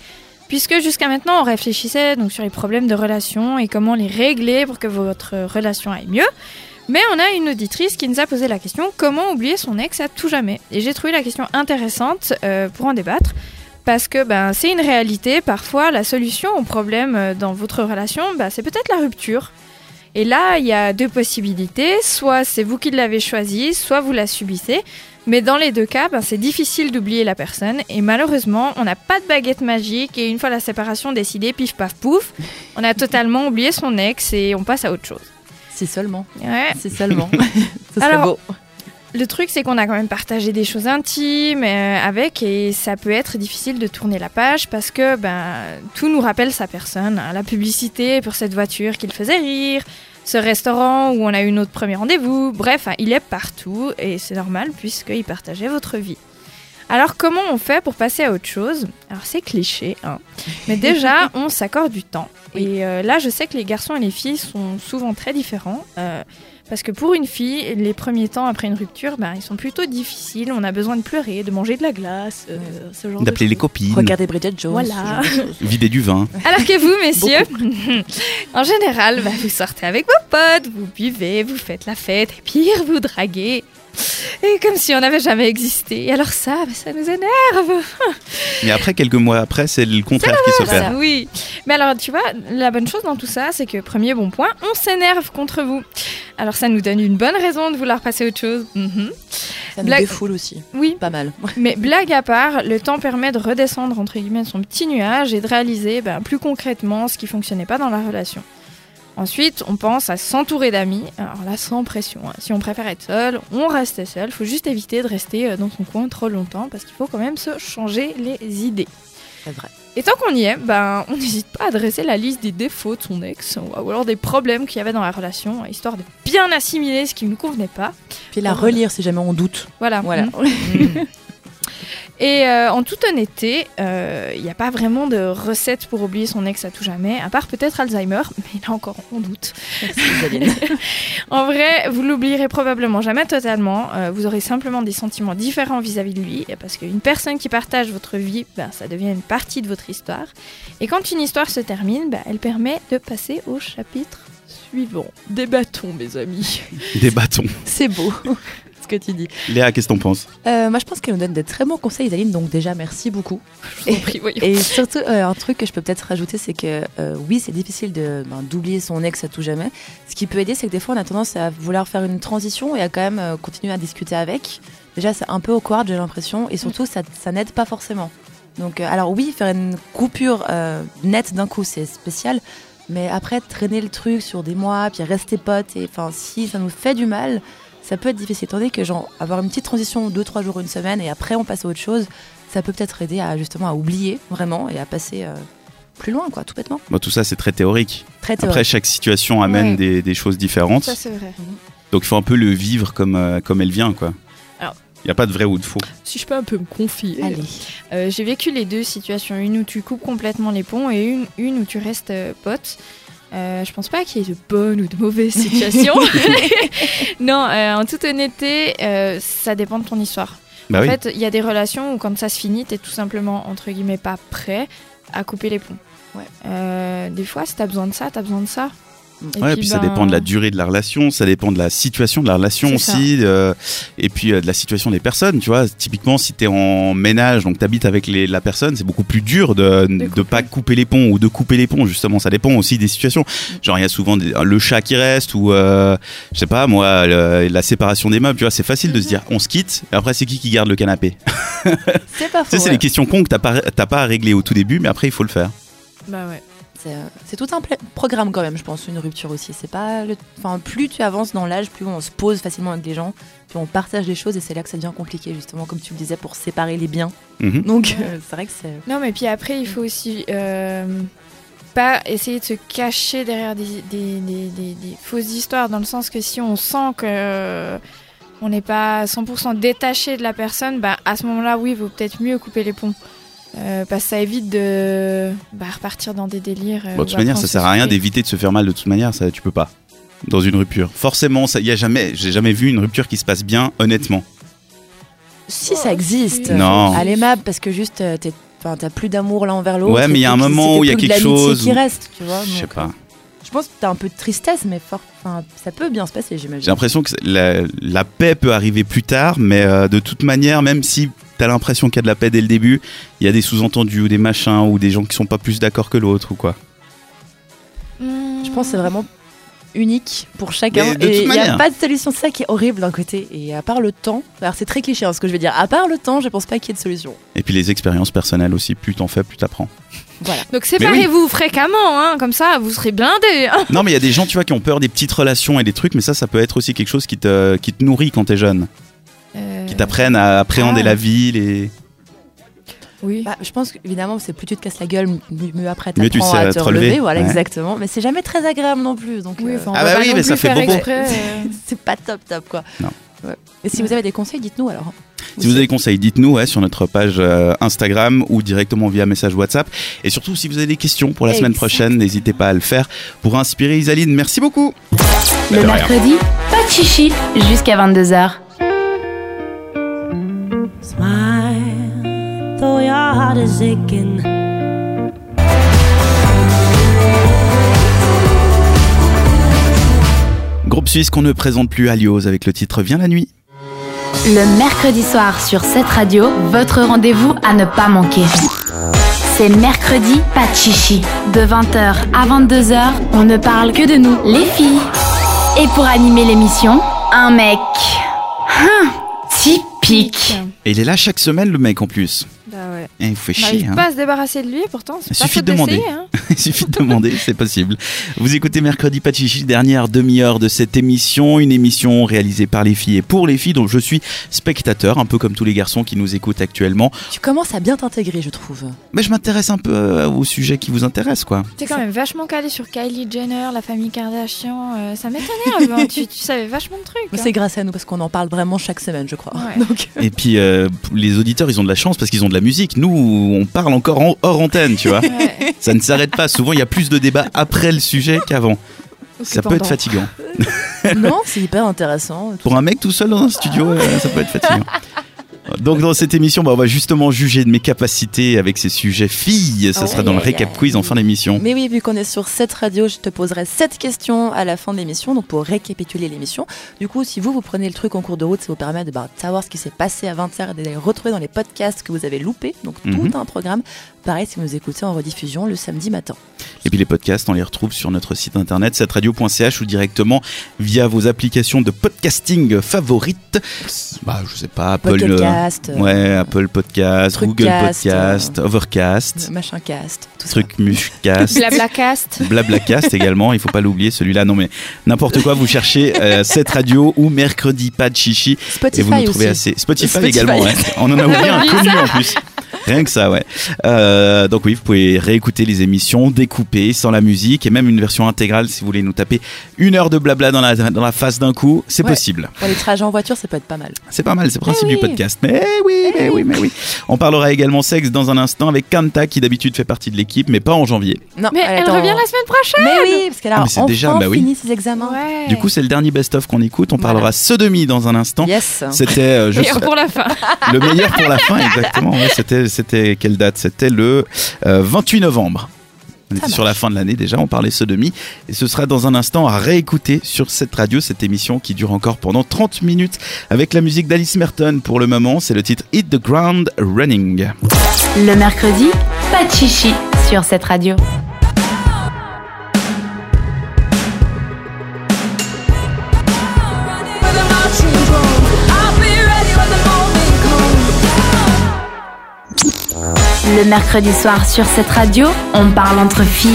F: puisque jusqu'à maintenant, on réfléchissait donc sur les problèmes de relations et comment les régler pour que votre relation aille mieux. Mais on a une auditrice qui nous a posé la question comment oublier son ex à tout jamais Et j'ai trouvé la question intéressante euh, pour en débattre. Parce que ben, c'est une réalité, parfois la solution au problème euh, dans votre relation, ben, c'est peut-être la rupture. Et là, il y a deux possibilités. Soit c'est vous qui l'avez choisi, soit vous la subissez. Mais dans les deux cas, ben, c'est difficile d'oublier la personne. Et malheureusement, on n'a pas de baguette magique. Et une fois la séparation décidée, pif paf pouf, on a totalement oublié son ex et on passe à autre chose.
D: Si seulement.
F: Ouais.
D: Si seulement. Ce serait
F: Alors,
D: beau.
F: Le truc, c'est qu'on a quand même partagé des choses intimes euh, avec et ça peut être difficile de tourner la page parce que ben, tout nous rappelle sa personne. hein. La publicité pour cette voiture qui le faisait rire, ce restaurant où on a eu notre premier rendez-vous. Bref, hein, il est partout et c'est normal puisqu'il partageait votre vie. Alors, comment on fait pour passer à autre chose Alors, c'est cliché, hein. Mais déjà, on s'accorde du temps. Et euh, là, je sais que les garçons et les filles sont souvent très différents. euh, parce que pour une fille, les premiers temps après une rupture, ben, ils sont plutôt difficiles. On a besoin de pleurer, de manger de la glace, euh, ce genre de
C: D'appeler les
F: choses.
C: copines,
D: Regardez Bridget Jones.
F: Voilà.
C: vider du vin.
F: Alors que vous, messieurs, en général, bah, vous sortez avec vos potes, vous buvez, vous faites la fête, et pire, vous draguez. Et comme si on n'avait jamais existé. Et alors ça, bah, ça nous énerve.
C: Mais après, quelques mois après, c'est le contraire qui s'opère.
F: Ah Oui. Mais alors, tu vois, la bonne chose dans tout ça, c'est que premier bon point, on s'énerve contre vous. Alors ça nous donne une bonne raison de vouloir passer à autre chose. Mhm.
D: Ça nous
F: Blague-
D: défoule aussi.
F: Oui.
D: Pas mal.
F: Mais blague à part, le temps permet de redescendre entre guillemets son petit nuage et de réaliser ben, plus concrètement ce qui fonctionnait pas dans la relation. Ensuite, on pense à s'entourer d'amis. Alors là, sans pression. hein. Si on préfère être seul, on reste seul. Faut juste éviter de rester euh, dans son coin trop longtemps parce qu'il faut quand même se changer les idées.
D: C'est vrai.
F: Et tant qu'on y est, ben, on n'hésite pas à dresser la liste des défauts de son ex ou alors des problèmes qu'il y avait dans la relation, histoire de bien assimiler ce qui ne convenait pas.
D: Puis la relire si jamais on doute.
F: Voilà. Mm.
D: Voilà.
F: Et euh, en toute honnêteté, il n'y a pas vraiment de recette pour oublier son ex à tout jamais, à part peut-être Alzheimer, mais là encore, on doute.
D: Merci, Isaline.
F: En vrai, vous l'oublierez probablement jamais totalement, euh, vous aurez simplement des sentiments différents vis-à-vis de lui, parce qu'une personne qui partage votre vie, ben, ça devient une partie de votre histoire. Et quand une histoire se termine, ben, elle permet de passer au chapitre suivant. Des bâtons, mes amis.
C: Des bâtons.
D: C'est beau. Ce que tu dis.
C: Léa, qu'est-ce que t'en penses
D: Euh, moi, je pense qu'elle nous donne des très bons conseils, Isaline. Donc, déjà, merci beaucoup.
F: Je vous en prie, voyons.
D: Et surtout, euh, un truc que je peux peut-être rajouter, c'est que euh, oui, c'est difficile de ben, d'oublier son ex à tout jamais. Ce qui peut aider, c'est que des fois, on a tendance à vouloir faire une transition et à quand même euh, continuer à discuter avec. Déjà, c'est un peu awkward, j'ai l'impression, et surtout, ça, ça n'aide pas forcément. Donc, euh, alors oui, faire une coupure euh, nette d'un coup, c'est spécial. Mais après, traîner le truc sur des mois, puis rester pote, et enfin, si ça nous fait du mal, ça peut être difficile. Tandis que, genre, avoir une petite transition, deux, trois jours, une semaine, et après, on passe à autre chose, ça peut peut-être aider à justement à oublier vraiment et à passer euh, plus loin, quoi, tout bêtement.
C: Bon, Tout ça, c'est très théorique.
D: Très
C: Après,
D: théorique.
C: chaque situation amène
F: Ouais.
C: des, des choses différentes.
F: Ça, c'est vrai.
C: Donc, il faut un peu le vivre comme, euh, comme elle vient, quoi.
F: Alors-
C: Il n'y a pas de vrai ou de faux.
F: Si je peux un peu me confier.
D: Allez.
F: Euh, j'ai vécu les deux situations, une où tu coupes complètement les ponts et une, une où tu restes euh, pote. Euh, je pense pas qu'il y ait de bonnes ou de mauvaises situations. non, euh, en toute honnêteté, euh, ça dépend de ton histoire.
C: Bah
F: en
C: oui.
F: fait, il y a des relations où quand ça se finit, t'es tout simplement, entre guillemets, pas prêt à couper les ponts.
D: Ouais.
F: Euh, des fois, si t'as besoin de ça, t'as besoin de ça.
D: Mm.
C: Ouais, puis ça
F: ben,
C: dépend de la durée de la relation, ça dépend de la situation de la relation
F: C'est ça.
C: aussi, euh, et puis euh, de la situation des personnes, tu vois. Typiquement, si t'es en ménage, donc t'habites avec les- la personne, c'est beaucoup plus dur de ne
F: couper.
C: pas couper les ponts ou de couper les ponts, justement. Ça dépend aussi des situations. Genre, il y a souvent des- le chat qui reste ou, euh, je sais pas, moi, le- la séparation des meubles, tu vois. C'est facile de se dire, on se quitte, et après, c'est qui qui garde le canapé
D: C'est pas
C: Tu sais,
D: faux.
C: c'est
D: ouais.
C: les questions cons que t'as pas, t'as pas à régler au tout début, mais après, il faut le faire.
F: Bah ouais.
D: C'est euh, c'est tout un pla- programme quand même, je pense, une rupture aussi. C'est pas le... enfin, plus tu avances dans l'âge, plus on se pose facilement avec les gens, puis on partage les choses et c'est là que ça devient compliqué justement, comme tu le disais, pour séparer les biens.
C: Mhm.
D: Donc euh, c'est vrai que c'est
F: Non, mais puis après, il faut aussi euh, pas essayer de se cacher derrière des, des- des- des- des fausses histoires, dans le sens que si on sent que euh, on n'est pas 100% détaché de la personne, bah, à ce moment-là, oui, il vaut peut-être mieux couper les ponts. Euh, parce que ça évite de bah, repartir dans des délires.
C: Bon, de
F: euh, où
D: bah,
C: toute manière,
F: après,
C: ça
F: on se
C: sert à rien
F: fait-
C: d'éviter de se faire mal. De toute manière, ça, tu peux pas. Dans une rupture. Forcément, ça- y a jamais, j'ai jamais vu une rupture qui se passe bien, honnêtement.
D: Si ça existe.
C: Non.
D: À l'aimable, parce que juste, euh, t'es- enfin, t'as plus d'amour l'un envers l'autre.
C: Ouais, mais il y a
D: et
C: un
D: puis,
C: moment
D: c'est
C: où il y a
D: plus de
C: quelque
D: l'amitié
C: chose.
D: qui
C: où-
D: reste, tu vois.
C: Je sais
D: donc, euh,
C: pas.
D: Je pense que t'as un peu de tristesse, mais fort, enfin, ça peut bien se passer, j'imagine.
C: J'ai l'impression que la, la paix peut arriver plus tard, mais euh, de toute manière, même si t'as l'impression qu'il y a de la paix dès le début, il y a des sous-entendus ou des machins ou des gens qui sont pas plus d'accord que l'autre ou quoi.
F: Hmm.
D: Je pense que c'est vraiment unique pour chacun.
C: Mais de
D: et
C: toute
D: il n'y a
C: manière.
D: pas de solution. C'est ça qui est horrible d'un côté. Et à part le temps, alors c'est très cliché hein, ce que je vais dire. À part le temps, je pense pas qu'il y ait de solution.
C: Et puis les expériences personnelles aussi, plus t'en fais, plus t'apprends.
D: Voilà.
F: Donc séparez-vous fréquemment, hein, comme ça vous serez blindés. hein.
C: Non, mais il y a des gens, tu vois, qui ont peur des petites relations et des trucs, mais ça, ça peut être aussi quelque chose qui te, qui te nourrit quand t'es jeune. Qui t'apprennent à appréhender
D: Ah.
C: la vie, les...
F: Oui. Bah,
D: Bah, je pense qu'évidemment, c'est plus tu te casses la gueule, mieux mieux après
C: Mieux tu
D: t'apprends
C: sais
D: à te, relever. Voilà,
C: Ouais.
D: exactement. Mais c'est jamais très agréable non plus. Donc,
F: Oui,
D: euh,
F: enfin, on
C: Ah
F: va
C: bah
F: pas
C: oui,
F: non
C: mais
F: plus
C: ça fait
F: faire
C: bobo.
F: exprès, euh.
D: c'est pas top, top quoi.
C: Non.
D: Ouais. Et si vous avez des conseils, dites-nous alors.
C: Si vous avez des conseils, dites-nous ouais, sur notre page euh, Instagram ou directement via message WhatsApp. Et surtout, si vous avez des questions pour la semaine prochaine, n'hésitez pas à le faire pour inspirer Isaline. Merci beaucoup.
B: Le
C: de rien.
B: mercredi, pas de chichi jusqu'à 22h.
K: Smile, though your heart is aching.
C: Groupe suisse qu'on ne présente plus à Lioz avec le titre Viens la nuit.
B: Le mercredi soir sur cette radio, votre rendez-vous à ne pas manquer. C'est mercredi, pas de chichi. De 20h à 22h, on ne parle que de nous, les filles. Et pour animer l'émission, un mec. Hum, typique.
C: Et il est là chaque semaine, le mec en plus.
F: Bah ouais.
C: Eh, il vous fait
F: On
C: chier.
F: n'arrive
C: hein.
F: pas à se débarrasser de lui, pourtant.
C: Il
F: C'est pas
C: suffit
F: faute
C: de demander.
F: d'essayer. hein.
C: Il suffit de demander, c'est possible. Vous écoutez Mercredi Pachichi, dernière demi-heure de cette émission, une émission réalisée par les filles et pour les filles, dont je suis spectateur, un peu comme tous les garçons qui nous écoutent actuellement.
D: Tu commences à bien t'intégrer, je trouve.
C: Mais je m'intéresse un peu euh, au sujet qui vous intéresse, quoi.
F: T'es quand même vachement calé sur Kylie Jenner, la famille Kardashian. euh, ça m'étonnait avant. tu, tu savais vachement de trucs.
D: Mais
F: hein.
D: c'est grâce à nous parce qu'on en parle vraiment chaque semaine, je crois.
F: Ouais.
D: Donc,
C: Et puis, euh, les auditeurs, ils ont de la chance parce qu'ils ont de la musique. Nous, on parle encore en hors antenne, tu vois. Ça ne s'arrête pas. Souvent, il y a plus de débats après le sujet qu'avant. Ça peut être
D: pendant.
C: fatigant.
D: non, c'est hyper intéressant.
C: Pour un mec tout seul dans un studio, euh, ça peut être fatigant. Donc dans cette émission, bah, on va justement juger de mes capacités avec ces sujets filles. Ça
D: Oh,
C: sera dans le
D: aïe, aïe,
C: récap quiz en fin d'émission.
D: Mais oui, vu qu'on est sur cette radio, je te poserai sept questions à la fin de l'émission, donc pour récapituler l'émission. Du coup, si vous, vous prenez le truc en cours de route, ça vous permet de bah, de savoir ce qui s'est passé à 20h et d'aller le retrouver dans les podcasts que vous avez loupés. Donc
C: Mhm.
D: tout un programme. Pareil si vous nous écoutez en rediffusion le samedi matin.
C: Et puis les podcasts, on les retrouve sur notre site internet setradio.ch ou directement via vos applications de podcasting favorites. Bah, je sais pas, Apple, euh,
D: Podcast, euh,
C: ouais, Apple Podcast,
D: Truccast,
C: Google Podcast, Overcast,
D: Machin cast.
C: Truc Muchcast.
F: Blablacast.
C: Blablacast également, il faut pas l'oublier celui-là. Non mais n'importe quoi, vous cherchez euh, cette radio ou mercredi pas de chichi
D: Spotify
C: et vous nous trouvez
D: aussi.
C: assez. Spotify,
D: Spotify.
C: également. ouais. On en a oublié un
D: Oublie
C: connu
D: ça.
C: en plus. Rien que ça, ouais. Euh, donc oui, vous pouvez réécouter les émissions découpées sans la musique et même une version intégrale si vous voulez nous taper une heure de blabla dans la, dans la face d'un coup, c'est
D: Ouais.
C: possible.
D: Pour les trajets en voiture, ça peut être pas mal.
C: C'est pas mal, c'est le principe du
D: Eh oui. Eh
C: podcast. Mais oui, mais oui, mais oui. On parlera également sexe dans un instant avec Kanta qui d'habitude fait partie de l'équipe, mais pas en janvier.
D: Non,
F: Mais elle
D: attend-
F: revient la semaine prochaine.
D: Mais oui, parce qu'elle a
C: Ah, mais c'est
D: enfin
C: déjà- bah oui.
D: fini ses examens.
C: Du coup, c'est le dernier best-of qu'on écoute. On parlera ce demi dans un instant.
D: Eh. Yes. hein.
C: C'était euh, je-
F: Meilleur pour la fin.
C: le meilleur pour la fin, exactement. Ouais, c'était, c'était quelle date C'était le euh, 28 novembre. On était sur la fin de l'année déjà, on parlait ce demi. Et ce sera dans un instant à réécouter sur cette radio, cette émission qui dure encore pendant 30 minutes avec la musique d'Alice Merton. Pour le moment, c'est le titre Hit the Ground Running.
B: Le mercredi, pas de chichi sur cette radio. Le mercredi soir sur cette radio, on parle entre filles.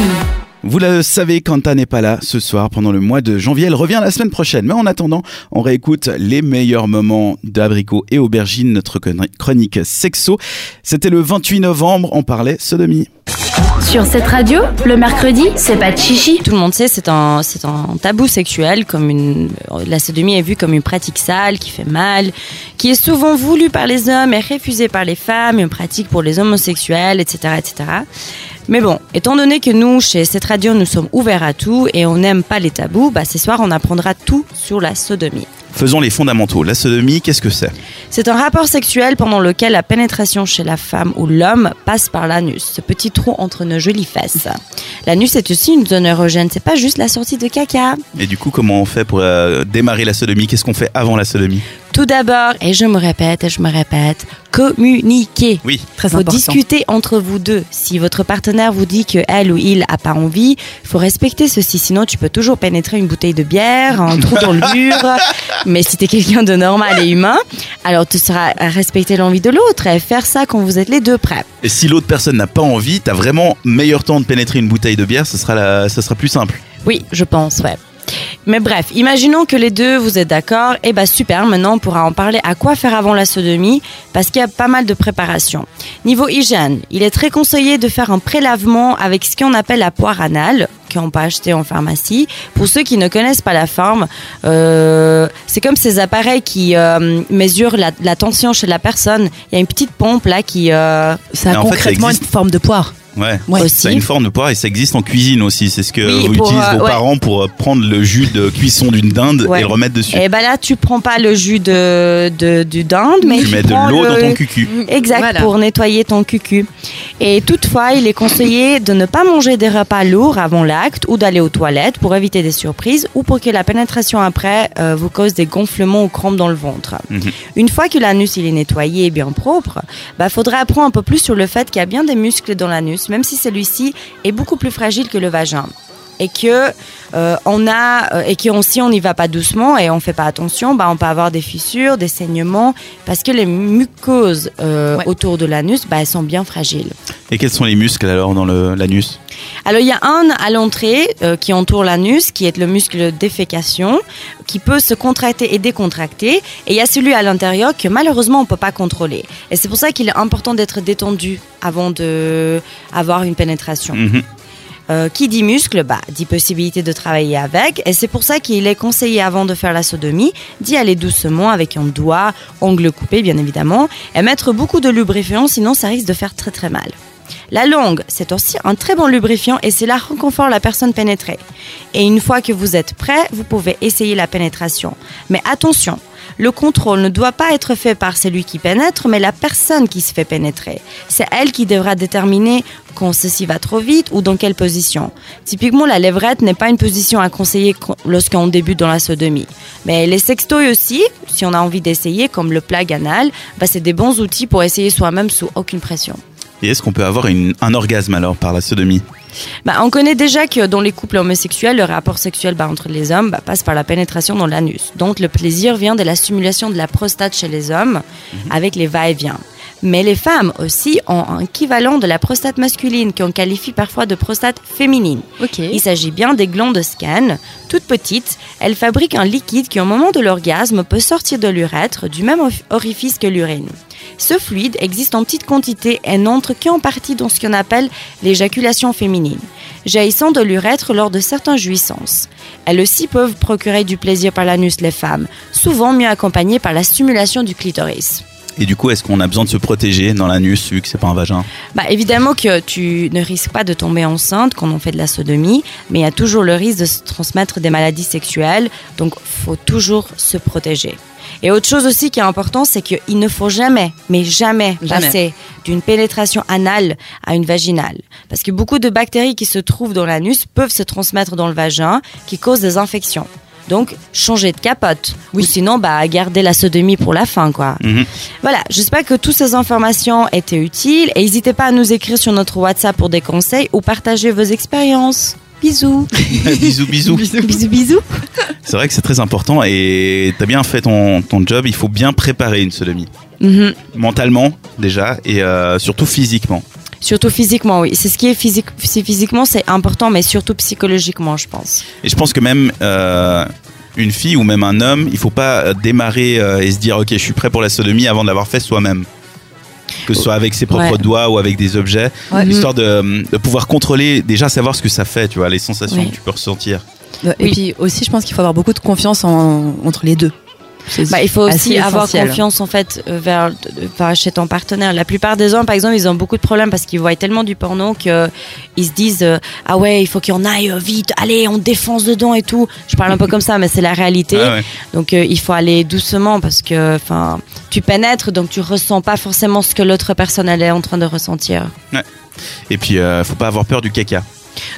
C: Vous le savez, Kanta n'est pas là ce soir pendant le mois de janvier. Elle revient la semaine prochaine. Mais en attendant, on réécoute les meilleurs moments d'abricot et aubergine, notre chroni- chronique sexo. C'était le 28 novembre. On parlait sodomie.
B: Sur cette radio, le mercredi, c'est pas de chichi.
D: Tout le monde sait, c'est un, c'est un tabou sexuel, comme une, la sodomie est vue comme une pratique sale qui fait mal, qui est souvent voulue par les hommes et refusée par les femmes, une pratique pour les homosexuels, etc., etc. Mais bon, étant donné que nous, chez cette radio, nous sommes ouverts à tout et on n'aime pas les tabous, bah, ce soir, on apprendra tout sur la sodomie.
C: Faisons les fondamentaux. La sodomie, qu'est-ce que c'est
D: C'est un rapport sexuel pendant lequel la pénétration chez la femme ou l'homme passe par l'anus, ce petit trou entre nos jolies fesses. L'anus est aussi une zone érogène, c'est pas juste la sortie de caca.
C: Et du coup, comment on fait pour euh, démarrer la sodomie Qu'est-ce qu'on fait avant la sodomie
D: Tout d'abord, et je me répète et je me répète, communiquer.
C: Oui,
D: très faut important. discuter entre vous deux. Si votre partenaire vous dit que elle ou il a pas envie, faut respecter ceci. Sinon, tu peux toujours pénétrer une bouteille de bière, un trou dans le mur. Mais si t'es quelqu'un de normal et humain, alors tu seras à respecter l'envie de l'autre et faire ça quand vous êtes les deux prêts.
C: Et si l'autre personne n'a pas envie, t'as vraiment meilleur temps de pénétrer une bouteille de bière, ce sera, la- ça sera plus simple.
D: Oui, je pense, ouais. Mais bref, imaginons que les deux vous êtes d'accord, et bah super, maintenant on pourra en parler à quoi faire avant la sodomie, parce qu'il y a pas mal de préparation. Niveau hygiène, il est très conseillé de faire un prélavement avec ce qu'on appelle la poire anale, qu'on peut acheter en pharmacie. Pour ceux qui ne connaissent pas la forme, euh, c'est comme ces appareils qui euh, mesurent la, la tension chez la personne. Il y a une petite pompe là qui... euh,
F: Ça
C: Mais
F: a
C: en fait, ça
F: concrètement
C: existe.
F: une forme de poire.
C: Ouais,
D: Ouais.
C: ça a
D: Aussi.
C: une forme de poire et ça existe en cuisine aussi. C'est ce que
D: Oui,
C: vous
D: pour,
C: utilisent
D: euh,
C: vos
D: ouais.
C: parents pour euh, prendre le jus de cuisson d'une dinde et
D: Ouais.
C: le remettre dessus.
D: Et ben là, tu prends pas le jus de, de- du dinde, mais
C: Tu
D: tu
C: mets de
D: prends
C: l'eau
D: le-
C: dans ton cucu.
D: Exact,
C: Voilà.
D: pour nettoyer ton cucu. Et toutefois, il est conseillé de ne pas manger des repas lourds avant l'acte ou d'aller aux toilettes pour éviter des surprises ou pour que la pénétration après euh, vous cause des gonflements ou crampes dans le ventre. Une fois que l'anus il est nettoyé et bien propre, bah faudra apprendre un peu plus sur le fait qu'il y a bien des muscles dans l'anus, même si celui-ci est beaucoup plus fragile que le vagin. Et que euh, on a euh, et que on- si on n'y va pas doucement et on fait pas attention, bah on peut avoir des fissures, des saignements, parce que les muqueuses euh, autour de l'anus, bah elles sont bien fragiles.
C: Et quels sont les muscles alors dans le- l'anus
D: Alors il y a un à l'entrée euh, qui entoure l'anus, qui est le muscle défécation, qui peut se contracter et décontracter. Et il y a celui à l'intérieur que malheureusement on peut pas contrôler. Et c'est pour ça qu'il est important d'être détendu avant de avoir une pénétration.
C: Mhm.
D: Euh, qui dit muscle, bah, dit possibilité de travailler avec. Et c'est pour ça qu'il est conseillé avant de faire la sodomie d'y aller doucement avec un doigt, ongle coupé bien évidemment, et mettre beaucoup de lubrifiant, sinon ça risque de faire très très mal. La langue, c'est aussi un très bon lubrifiant et cela reconforte la personne pénétrée. Et une fois que vous êtes prêt, vous pouvez essayer la pénétration. Mais attention, le contrôle ne doit pas être fait par celui qui pénètre, mais la personne qui se fait pénétrer. C'est elle qui devra déterminer quand ceci va trop vite ou dans quelle position. Typiquement, la lèvrette n'est pas une position à conseiller quand- lorsqu'on débute dans la sodomie. Mais les sextoys aussi, si on a envie d'essayer, comme le plug anal, bah, c'est des bons outils pour essayer soi-même sous aucune pression.
C: Et est-ce qu'on peut avoir une- un orgasme alors par la sodomie
D: Bah, on connaît déjà que dans les couples homosexuels, le rapport sexuel bah, entre les hommes bah, passe par la pénétration dans l'anus. Donc le plaisir vient de la stimulation de la prostate chez les hommes avec les va-et-vient. Mais les femmes aussi ont un équivalent de la prostate masculine qu'on qualifie parfois de prostate féminine. Il s'agit bien des glandes de scan, toutes petites. Elles fabriquent un liquide qui au moment de l'orgasme peut sortir de l'urètre du même orif- orifice que l'urine. Ce fluide existe en petite quantité et n'entre qu'en partie dans ce qu'on appelle l'éjaculation féminine, jaillissant de l'urètre lors de certaines jouissances. Elles aussi peuvent procurer du plaisir par l'anus les femmes, souvent mieux accompagnées par la stimulation du clitoris.
C: Et du coup, est-ce qu'on a besoin de se protéger dans l'anus vu que c'est pas un vagin
D: Bah, évidemment que tu ne risques pas de tomber enceinte quand on fait de la sodomie, mais il y a toujours le risque de se transmettre des maladies sexuelles, donc faut toujours se protéger. Et autre chose aussi qui est important, c'est qu'il ne faut jamais, mais jamais,
F: Jamais.
D: passer d'une pénétration anale à une vaginale. Parce que beaucoup de bactéries qui se trouvent dans l'anus peuvent se transmettre dans le vagin, qui causent des infections. Donc, changer de capote. Ou sinon, bah, garder la sodomie pour la fin, quoi. Voilà, j'espère que toutes ces informations étaient utiles et n'hésitez pas à nous écrire sur notre WhatsApp pour des conseils ou partager vos expériences. Bisous.
C: Bisous, bisous.
D: bisous, bisous.
C: C'est vrai que c'est très important et t'as bien fait ton, ton job. Il faut bien préparer une sodomie.
D: Mhm.
C: Mentalement, déjà, et euh, surtout physiquement.
D: Surtout physiquement, oui. C'est ce qui est physique. c'est physiquement, c'est important, mais surtout psychologiquement, je pense.
C: Et je pense que même euh, une fille ou même un homme, il faut pas euh, démarrer euh, et se dire ok, je suis prêt pour la sodomie avant de l'avoir fait soi-même. que ce soit avec ses propres
F: Ouais.
C: doigts ou avec des objets,
F: Ouais. Mm.
C: histoire de, de pouvoir contrôler, déjà savoir ce que ça fait, tu vois, les sensations
D: Oui.
C: que tu peux ressentir.
D: Et puis aussi, je pense qu'il faut avoir beaucoup de confiance en- entre les deux. C'est
F: Bah, il faut aussi
D: assez
F: avoir
D: essentiel.
F: confiance en fait euh, vers euh, par- chez ton partenaire. La plupart des hommes, par exemple, ils ont beaucoup de problèmes parce qu'ils voient tellement du porno que euh, ils se disent euh, ah ouais, il faut qu'on aille euh, vite, allez, on défonce dedans et tout. Je parle un peu comme ça, mais c'est la réalité.
L: Ah ouais.
F: Donc euh, il faut aller doucement parce que enfin tu pénètres donc tu ressens pas forcément ce que l'autre personne elle est en train de ressentir.
C: Ouais. Et puis, euh, faut pas avoir peur du caca.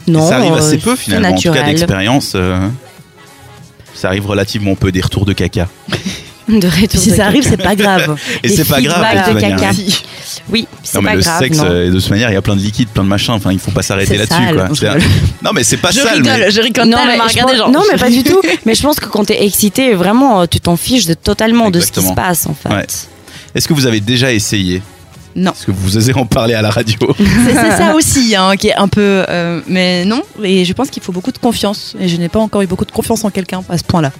F: Non,
C: Et ça arrive assez
F: euh,
C: peu
F: c'est
C: finalement. En tout cas,
F: naturel.
C: d'expérience, euh, ça arrive relativement peu des retours de caca.
F: De retour
D: Si
F: de
D: ça arrive,
F: caca.
D: c'est pas grave.
C: Et c'est pas grave, de
F: feedbacks de
C: toute manière.
F: caca. Oui, c'est
C: Non, mais
F: pas
C: le
F: grave.
C: sexe,
F: non.
C: euh, de toute manière, il y a plein de liquides, plein de machins. Enfin, il faut pas s'arrêter
F: C'est
C: là-dessus.
F: sale,
C: quoi.
F: on
C: C'est un- Non, mais c'est pas
F: Je
C: sale.
F: rigole,
C: mais-
F: je rigole Non, tellement, mais je regardez, pense- genre. non, mais pas du tout. Mais je pense que quand t'es excité, vraiment, euh, tu t'en fiches de, totalement de ce qui
C: Exactement.
F: se passe, en fait.
C: Ouais. Est-ce que vous avez déjà essayé
D: Non.
C: Est-ce que vous osez en parler à la radio
D: C'est c'est ça aussi, hein, qui est un peu. euh, mais non, et je pense qu'il faut beaucoup de confiance. Et je n'ai pas encore eu beaucoup de confiance en quelqu'un à ce point-là.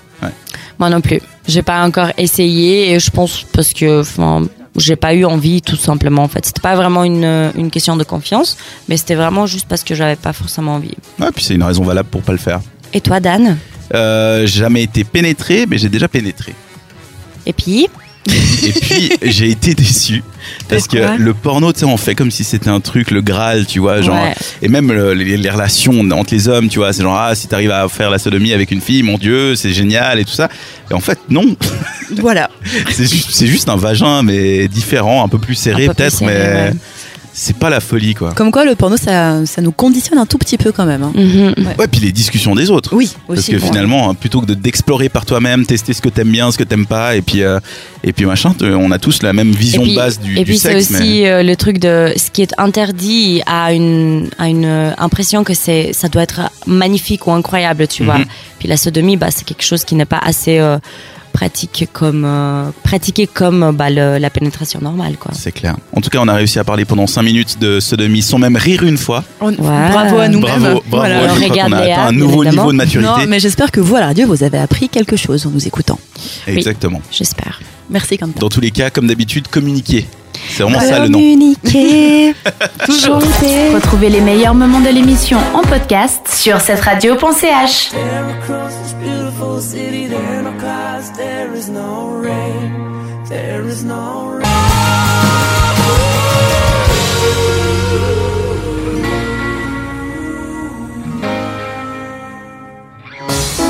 F: Moi non plus. J'ai pas encore essayé et je pense parce que, enfin, j'ai pas eu envie, tout simplement, en fait. C'était pas vraiment une, euh, une question de confiance, mais c'était vraiment juste parce que j'avais pas forcément envie.
C: Ouais, Ah, puis c'est une raison valable pour pas le faire.
F: Et toi, Dan
C: Euh, j'ai jamais été pénétré, mais j'ai déjà pénétré.
F: Et puis
C: Et puis j'ai été déçu parce
F: Pourquoi
C: que le porno, tu sais, on fait comme si c'était un truc, le Graal, tu vois, genre.
F: Ouais.
C: Et même le- les, les relations entre les hommes, tu vois, c'est genre ah si t'arrives à faire la sodomie avec une fille, mon dieu, c'est génial et tout ça. Et en fait, non.
D: Voilà.
C: c'est juste, c'est juste un vagin, mais différent, un peu plus serré
D: Un peu plus
C: peut-être,
D: serré,
C: mais
D: ouais.
C: c'est pas la folie quoi.
D: Comme quoi, le porno, ça, ça nous conditionne un tout petit peu quand même. hein. Ouais.
C: Ouais, puis les discussions des autres.
D: Oui,
C: Parce
D: aussi,
C: que
D: bon.
C: finalement, hein, plutôt que de- d'explorer par toi-même, tester ce que t'aimes bien, ce que t'aimes pas, et puis, euh, et puis machin, te- on a tous la même vision
F: et puis,
C: de base du,
F: et
C: du
F: puis c'est
C: sexe.
F: aussi euh, le truc de ce qui est interdit à une, à une euh, impression que c'est ça doit être magnifique ou incroyable, tu vois.
C: Mhm.
F: Puis la sodomie, bah, c'est quelque chose qui n'est pas assez euh, pratique comme, euh, pratiqué comme euh, bah, le- la pénétration normale, quoi.
C: C'est clair. En tout cas, on a réussi à parler pendant 5 minutes de sodomie sans même rire une fois.
D: On-
F: Ouais.
D: Bravo à nous-mêmes.
C: Bravo, bravo.
D: Voilà.
C: Je crois qu'on a
F: Regarde les
C: atteint un
F: hâtes,
C: nouveau
F: évidemment.
C: niveau de maturité.
D: Non, mais j'espère que vous, à la radio, vous avez appris quelque chose en nous écoutant.
C: Exactement.
F: J'espère.
D: Merci, Quentin.
C: Dans tous les cas, comme d'habitude, communiquer. C'est vraiment ça le nom.
B: Communiquer. Retrouvez les meilleurs moments de l'émission en podcast sur cette radio.ch.
M: across this beautiful city. There are no clouds, there is no rain, there is no rain.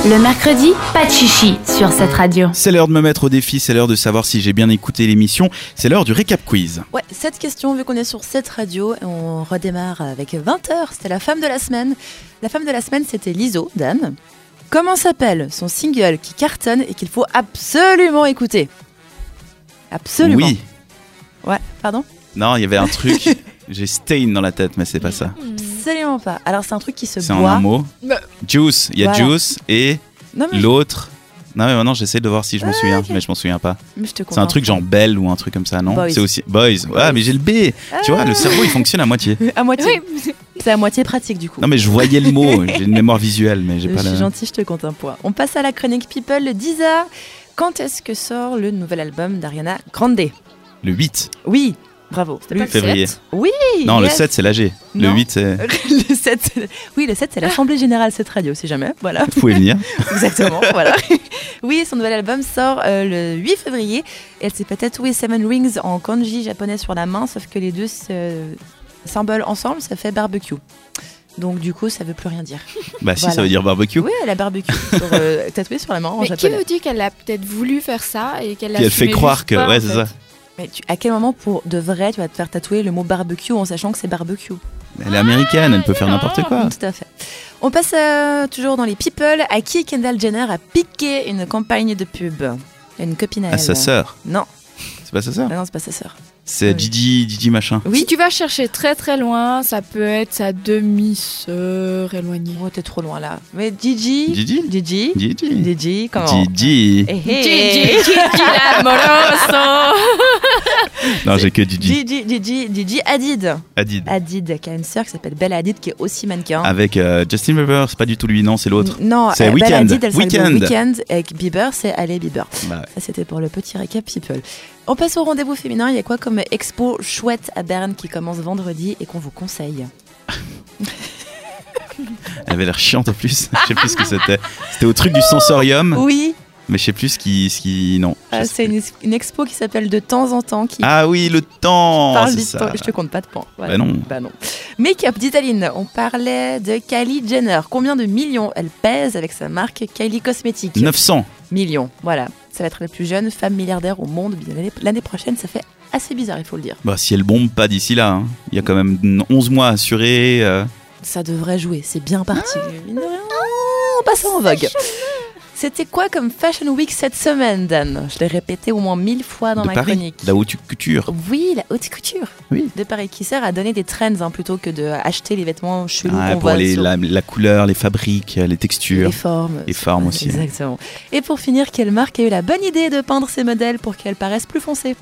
B: Le mercredi, pas de chichi sur cette radio.
C: C'est l'heure de me mettre au défi, c'est l'heure de savoir si j'ai bien écouté l'émission, c'est l'heure du récap quiz.
D: Ouais, cette question, vu qu'on est sur cette radio, on redémarre avec 20h. C'était la femme de la semaine. La femme de la semaine, c'était Liso, Dan. Comment s'appelle son single qui cartonne et qu'il faut absolument écouter Absolument.
C: Oui.
D: Ouais, pardon
C: Non, il y avait un truc. J'ai Stain dans la tête, mais c'est pas ça.
D: Absolument pas. Alors, c'est un truc qui se
C: C'est
D: boit.
C: en un mot.
D: Bah,
C: Juice, il y a
D: Voilà.
C: Juice et
D: Non, mais-
C: l'autre. Non mais maintenant j'essaie de voir si je m'en souviens, mais je m'en souviens pas.
D: Mais je te
C: C'est un
D: comprends.
C: truc genre Belle ou un truc comme ça, non
D: Boys. Ah.
C: C'est aussi Boys. Ouais, mais j'ai le B. Tu vois, le cerveau il fonctionne à moitié.
D: Euh, À moitié. C'est à moitié pratique, du coup. Euh,
C: Non mais je voyais le mot, j'ai une mémoire visuelle, mais j'ai
D: Je
C: pas
D: suis
C: la.
D: gentil, je te compte un point. On passe à la chronique People, le 10 Quand est-ce que sort le nouvel album d'Ariana Grande
C: Le 8
D: Oui, bravo. C'était pas le
C: février.
D: 7? Oui
C: Non, le
D: yes.
C: 7 c'est l'AG. Le euh,
D: Non.
C: 8 c'est.
D: le 7, c'est- oui, le 7, c'est l'Assemblée Générale, cette radio, si jamais. Voilà.
C: Vous pouvez venir.
D: Exactement, voilà. Oui, son nouvel album sort euh, le 8 février. Elle s'est peut-être tatouée Seven Rings en kanji japonais sur la main, sauf que les deux euh, symboles ensemble, ça fait barbecue. Donc, du coup, ça veut plus rien dire.
C: Bah si,
D: Voilà.
C: ça veut dire barbecue.
D: Oui, elle a barbecue sur, euh, tatouée sur la main en
N: Mais qui
D: japonais.
N: me dit qu'elle a peut-être voulu faire ça et qu'elle
C: Puis elle fait
N: l'assumait
C: croire
N: juste
C: que.
N: pas, en
C: Ouais, c'est
N: fait.
C: ça.
D: Mais tu- à quel moment, pour de vrai, tu vas te faire tatouer le mot barbecue en sachant que c'est barbecue
C: Elle est américaine, elle peut
D: Ah,
C: faire n'importe quoi.
D: Tout à fait. On passe euh, toujours dans les people. À qui Kendall Jenner a piqué une campagne de pub Une copine à,
C: À
D: elle.
C: sa sœur.
D: Non.
C: C'est pas sa sœur
D: Non, non, c'est pas sa sœur.
C: C'est Gigi, Gigi machin.
N: Si tu vas chercher très très loin, ça peut être sa demi-sœur éloignée.
D: Oh, t'es trop loin là. Mais Gigi.
C: Gigi
D: Gigi.
C: Gigi.
D: Gigi, comment
C: Gigi.
D: Eh, eh.
N: Gigi, Gigi, la molosso
C: Non, j'ai que Gigi.
D: Gigi, Gigi, Gigi Hadid.
C: Hadid.
D: Hadid, qui a une sœur qui s'appelle Bella Hadid, qui est aussi mannequin.
C: Avec euh, Justin Bieber, c'est pas du tout lui, non, c'est l'autre.
D: Non,
C: c'est
D: euh, Bella
C: Weekend.
D: Hadid, elle s'appelle
C: Weekend.
D: Weekend. Et Avec Bieber, c'est Allez Bieber.
C: Bah ouais.
D: Ça, c'était pour le petit récap, people. On passe au rendez-vous féminin. Il y a quoi comme expo chouette à Berne qui commence vendredi et qu'on vous conseille
C: Elle avait l'air chiante en plus. je sais plus ce que c'était. C'était au truc du sensorium.
D: Oui.
C: Mais je sais plus ce qui, ce qui, non.
D: Euh, C'est une, une expo qui s'appelle De temps en temps. Qui
C: Ah oui, le temps.
D: parle
C: c'est
D: vite,
C: ça.
D: je te compte pas de points. Voilà.
C: Bah non.
D: Bah non. Make-up d'Italine. On parlait de Kylie Jenner. Combien de millions elle pèse avec sa marque Kylie Cosmetics
C: 900.
D: millions. Voilà. Ça va être la plus jeune femme milliardaire au monde bien l'année- l'année prochaine. Ça fait assez bizarre, il faut le dire.
C: Bah, si elle bombe pas d'ici là, hein. il y a quand même 11 mois assurés. euh.
D: Ça devrait jouer. C'est bien parti. Ah, Mine de rien. on passe en vogue. C'était quoi comme Fashion Week cette semaine, Dan Je l'ai répété au moins mille fois Ah, dans
C: de
D: ma
C: Paris, Bah
D: chronique.
C: de la haute couture.
D: Oui, la haute couture
C: Oui.
D: de Paris qui sert à donner des trends hein, plutôt que de acheter les vêtements chelous
C: Ah,
D: qu'on
C: pour
D: voit
C: les,
D: sur
C: la, la couleur, les fabriques, les textures.
D: les formes.
C: Les formes aussi.
D: Exactement. Et pour finir, quelle marque a eu la bonne idée de peindre ses modèles pour qu'elles paraissent plus foncées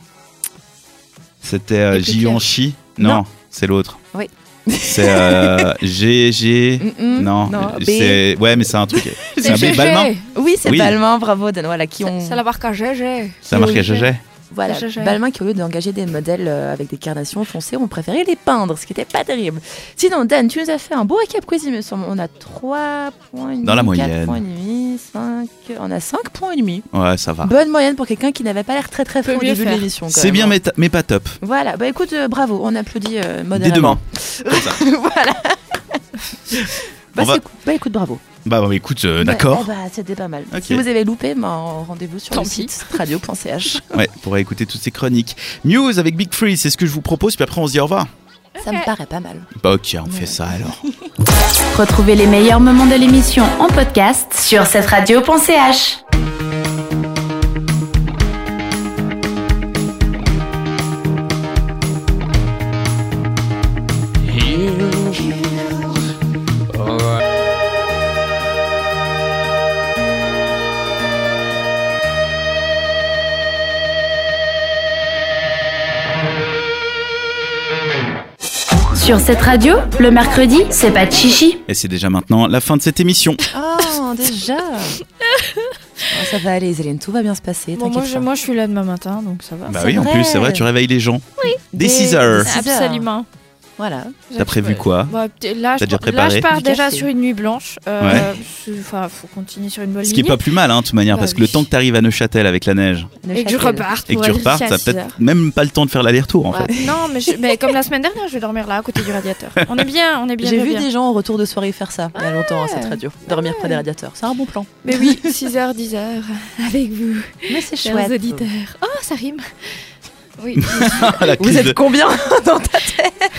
C: C'était euh, Givenchy Non, c'est l'autre.
D: Oui.
C: C'est euh, GG.
D: Mm-mm,
C: non,
D: Mm,
C: euh,
D: non, B.
C: c'est. Ouais, mais c'est un truc. C'est un B Balmain.
D: Oui, c'est
C: Oui.
D: Balmain, bravo. Dan, voilà, qui ont...
F: C'est la marque à GG.
C: Ça marque à GG.
D: Voilà,
F: C'est GG.
D: Balmain qui au lieu d'engager des modèles euh, avec des carnations foncées, ont préféré les peindre, ce qui n'était pas terrible. Sinon, Dan, tu nous as fait un beau récap quiz, il me semble. On a 3 points et
C: Dans la
D: demi, quatre
C: moyenne.
D: points et demi, cinq- On a 5 points et demi.
C: Ouais, ça va.
D: Bonne moyenne pour quelqu'un qui n'avait pas l'air très très fort au
F: mieux
D: début de
F: faire.
D: l'émission. quand
C: C'est
D: même.
C: bien,
D: hein.
C: mais, ta- mais pas top.
D: Voilà, bah écoute, euh, bravo, on applaudit euh,
C: Dès
D: modérément.
C: demain. Comme ça.
D: voilà. Bah,
C: On va-
D: c'est cou- bah, écoute, bravo.
C: Bah, bah, écoute, euh,
D: Bah,
C: d'accord.
D: eh bah, C'était pas mal.
C: Ok.
D: Si vous avez loupé, bah, en- rendez-vous sur
F: Tant
D: le
F: pis.
D: site radio.ch.
C: Ouais, pour écouter toutes ces chroniques. News avec Big Free, c'est ce que je vous propose, puis après on se dit au revoir.
D: Ça me paraît pas mal.
C: Bah, ok, on fait ça alors.
B: Retrouvez les meilleurs moments de l'émission en podcast sur cette radio.ch. Sur cette radio, le mercredi, c'est pas de chichi.
C: Et c'est déjà maintenant la fin de cette émission.
D: Oh, déjà Oh, Ça va aller, Zélène, tout va bien se passer.
F: Bon, moi,
D: t'inquiète
F: je,
D: pas.
F: moi, je suis là demain matin, donc ça va.
C: Bah
D: C'est
C: oui, en
D: vrai.
C: plus, c'est vrai, tu réveilles les gens.
F: Oui.
C: Dès
D: Dès
C: 6 heures.
D: six heures.
F: Absolument.
D: Voilà.
C: T'as prévu quoi
F: Bah, peut- là, je,
C: déjà
F: pars- là, je
C: préparé
F: pars
D: Du
F: déjà
D: café.
F: sur une nuit blanche. Euh, c'est- Enfin, faut continuer sur une bonne
C: Ce qui est
F: lignée.
C: pas plus mal, hein, de toute manière,
F: Bah
C: parce que
F: oui.
C: le temps que t'arrives à Neuchâtel avec la neige
F: Et que je
D: Neuchâtel.
F: reparte.
C: et que
F: pour
C: tu
F: aller
C: repars,
F: jusqu'à
C: t'as
F: six heures.
D: hein.
C: peut-être même pas le temps de faire l'aller-retour en fait.
F: Ouais. Non, mais, je- mais comme la semaine dernière, je vais dormir là, à côté du radiateur. On est bien, on est bien.
D: J'ai
F: bien,
D: vu
F: bien.
D: des gens au retour de soirée faire ça il y a longtemps à cette radio. Dormir près des radiateurs, c'est un bon plan.
F: Mais oui, 6h, 10h, avec vous,
D: Mais c'est
F: chers
D: chouette.
F: auditeurs. Oh, ça rime Oui,
C: la,
D: Vous
C: crise
D: êtes
C: de,
D: combien dans ta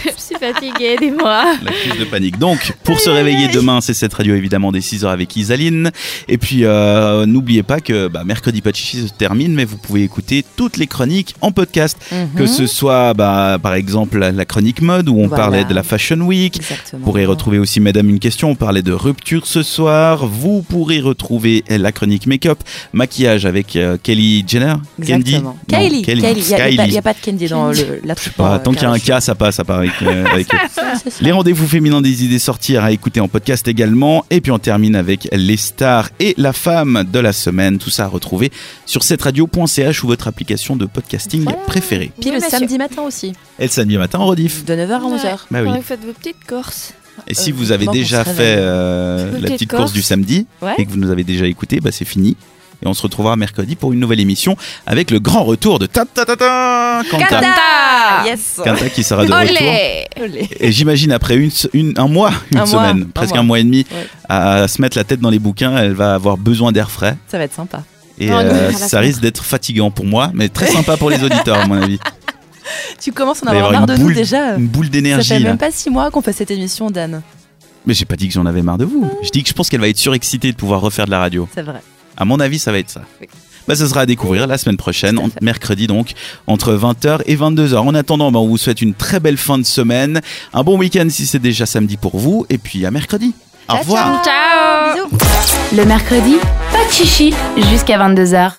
F: je suis fatiguée, aidez-moi.
C: la crise de panique. Donc, pour se réveiller demain, c'est cette radio évidemment des 6 heures avec Isaline. Et puis, euh, n'oubliez pas que bah, mercredi Pachichi se termine, mais vous pouvez écouter toutes les chroniques en podcast. Que
D: Mhm.
C: ce soit bah, par exemple la- la chronique mode où on
D: Voilà.
C: parlait de la Fashion Week,
D: Exactement.
C: Vous pourrez retrouver aussi Madame une question, on parlait de rupture ce soir. Vous pourrez retrouver la chronique make-up, maquillage avec euh, Kelly Jenner. Candy
D: Exactement.
C: Non,
D: Kylie.
C: Kelly.
D: Kylie. Il y a- Il n'y
C: Skylie.
D: a, pas de Candy dans le, la hein, Je
C: Bah, tant qu'il y a un cas, ça passe, ça part avec, euh, avec eux. Les rendez-vous féminins des idées sortir à écouter en podcast également. Et puis on termine avec les stars et la femme de la semaine. Tout ça à retrouver sur cette radio.ch ou votre application de podcasting
D: Voilà.
C: préférée.
D: Puis le
F: Oui, monsieur.
D: samedi matin aussi,
C: Et le samedi matin en rediff.
D: de 9h à 11h.
C: Bah oui.
F: Faudrait que Vous faites vos petites courses.
C: Et si
D: Euh,
C: vous avez
D: manque, on
C: déjà
D: se
C: fait
D: réveille.
C: euh, la
F: Petite
C: petite
F: course.
C: course du samedi
D: Ouais.
C: et que vous nous avez déjà écouté, bah c'est fini. Et on se retrouvera mercredi pour une nouvelle émission avec le grand retour de ta ta ta ta Kanta.
F: Ah,
D: Yes
C: Kanta qui sera de retour.
F: Olé
D: Olé.
C: Et j'imagine après une, se- une- un mois, une
D: Un mois,
C: semaine,
D: un
C: presque
D: mois.
C: un mois et demi,
D: Ouais.
C: à, à se mettre la tête dans les bouquins, elle va avoir besoin d'air frais.
D: Ça va être sympa.
C: Et
F: Oh, on
C: euh,
F: ouvrira la
C: ça
F: fenêtre.
C: risque d'être fatigant pour moi, mais très sympa pour les auditeurs, à mon avis.
D: Tu commences à en
C: Il va y
D: avoir
C: avoir une
D: marre de nous
C: boule-
D: déjà. euh,
C: Une boule
D: Ça
C: d'énergie.
D: fait
C: là.
D: même pas 6 mois qu'on fait cette émission, Dan.
C: Mais j'ai pas dit que j'en avais marre de
D: Ah.
C: vous. Je dis que je pense qu'elle va être surexcitée de pouvoir refaire de la radio.
D: C'est vrai.
C: À mon avis, ça va être ça.
D: Oui.
C: Bah, ça sera à découvrir la semaine prochaine,
D: Tout à
C: en-
D: fait.
C: mercredi donc, entre 20h et 22h. En attendant, bah, on vous souhaite une très belle fin de semaine, un bon week-end si c'est déjà samedi pour vous, et puis à mercredi. Au revoir.
F: Ciao
B: Le mercredi, pas de chichi jusqu'à 22h.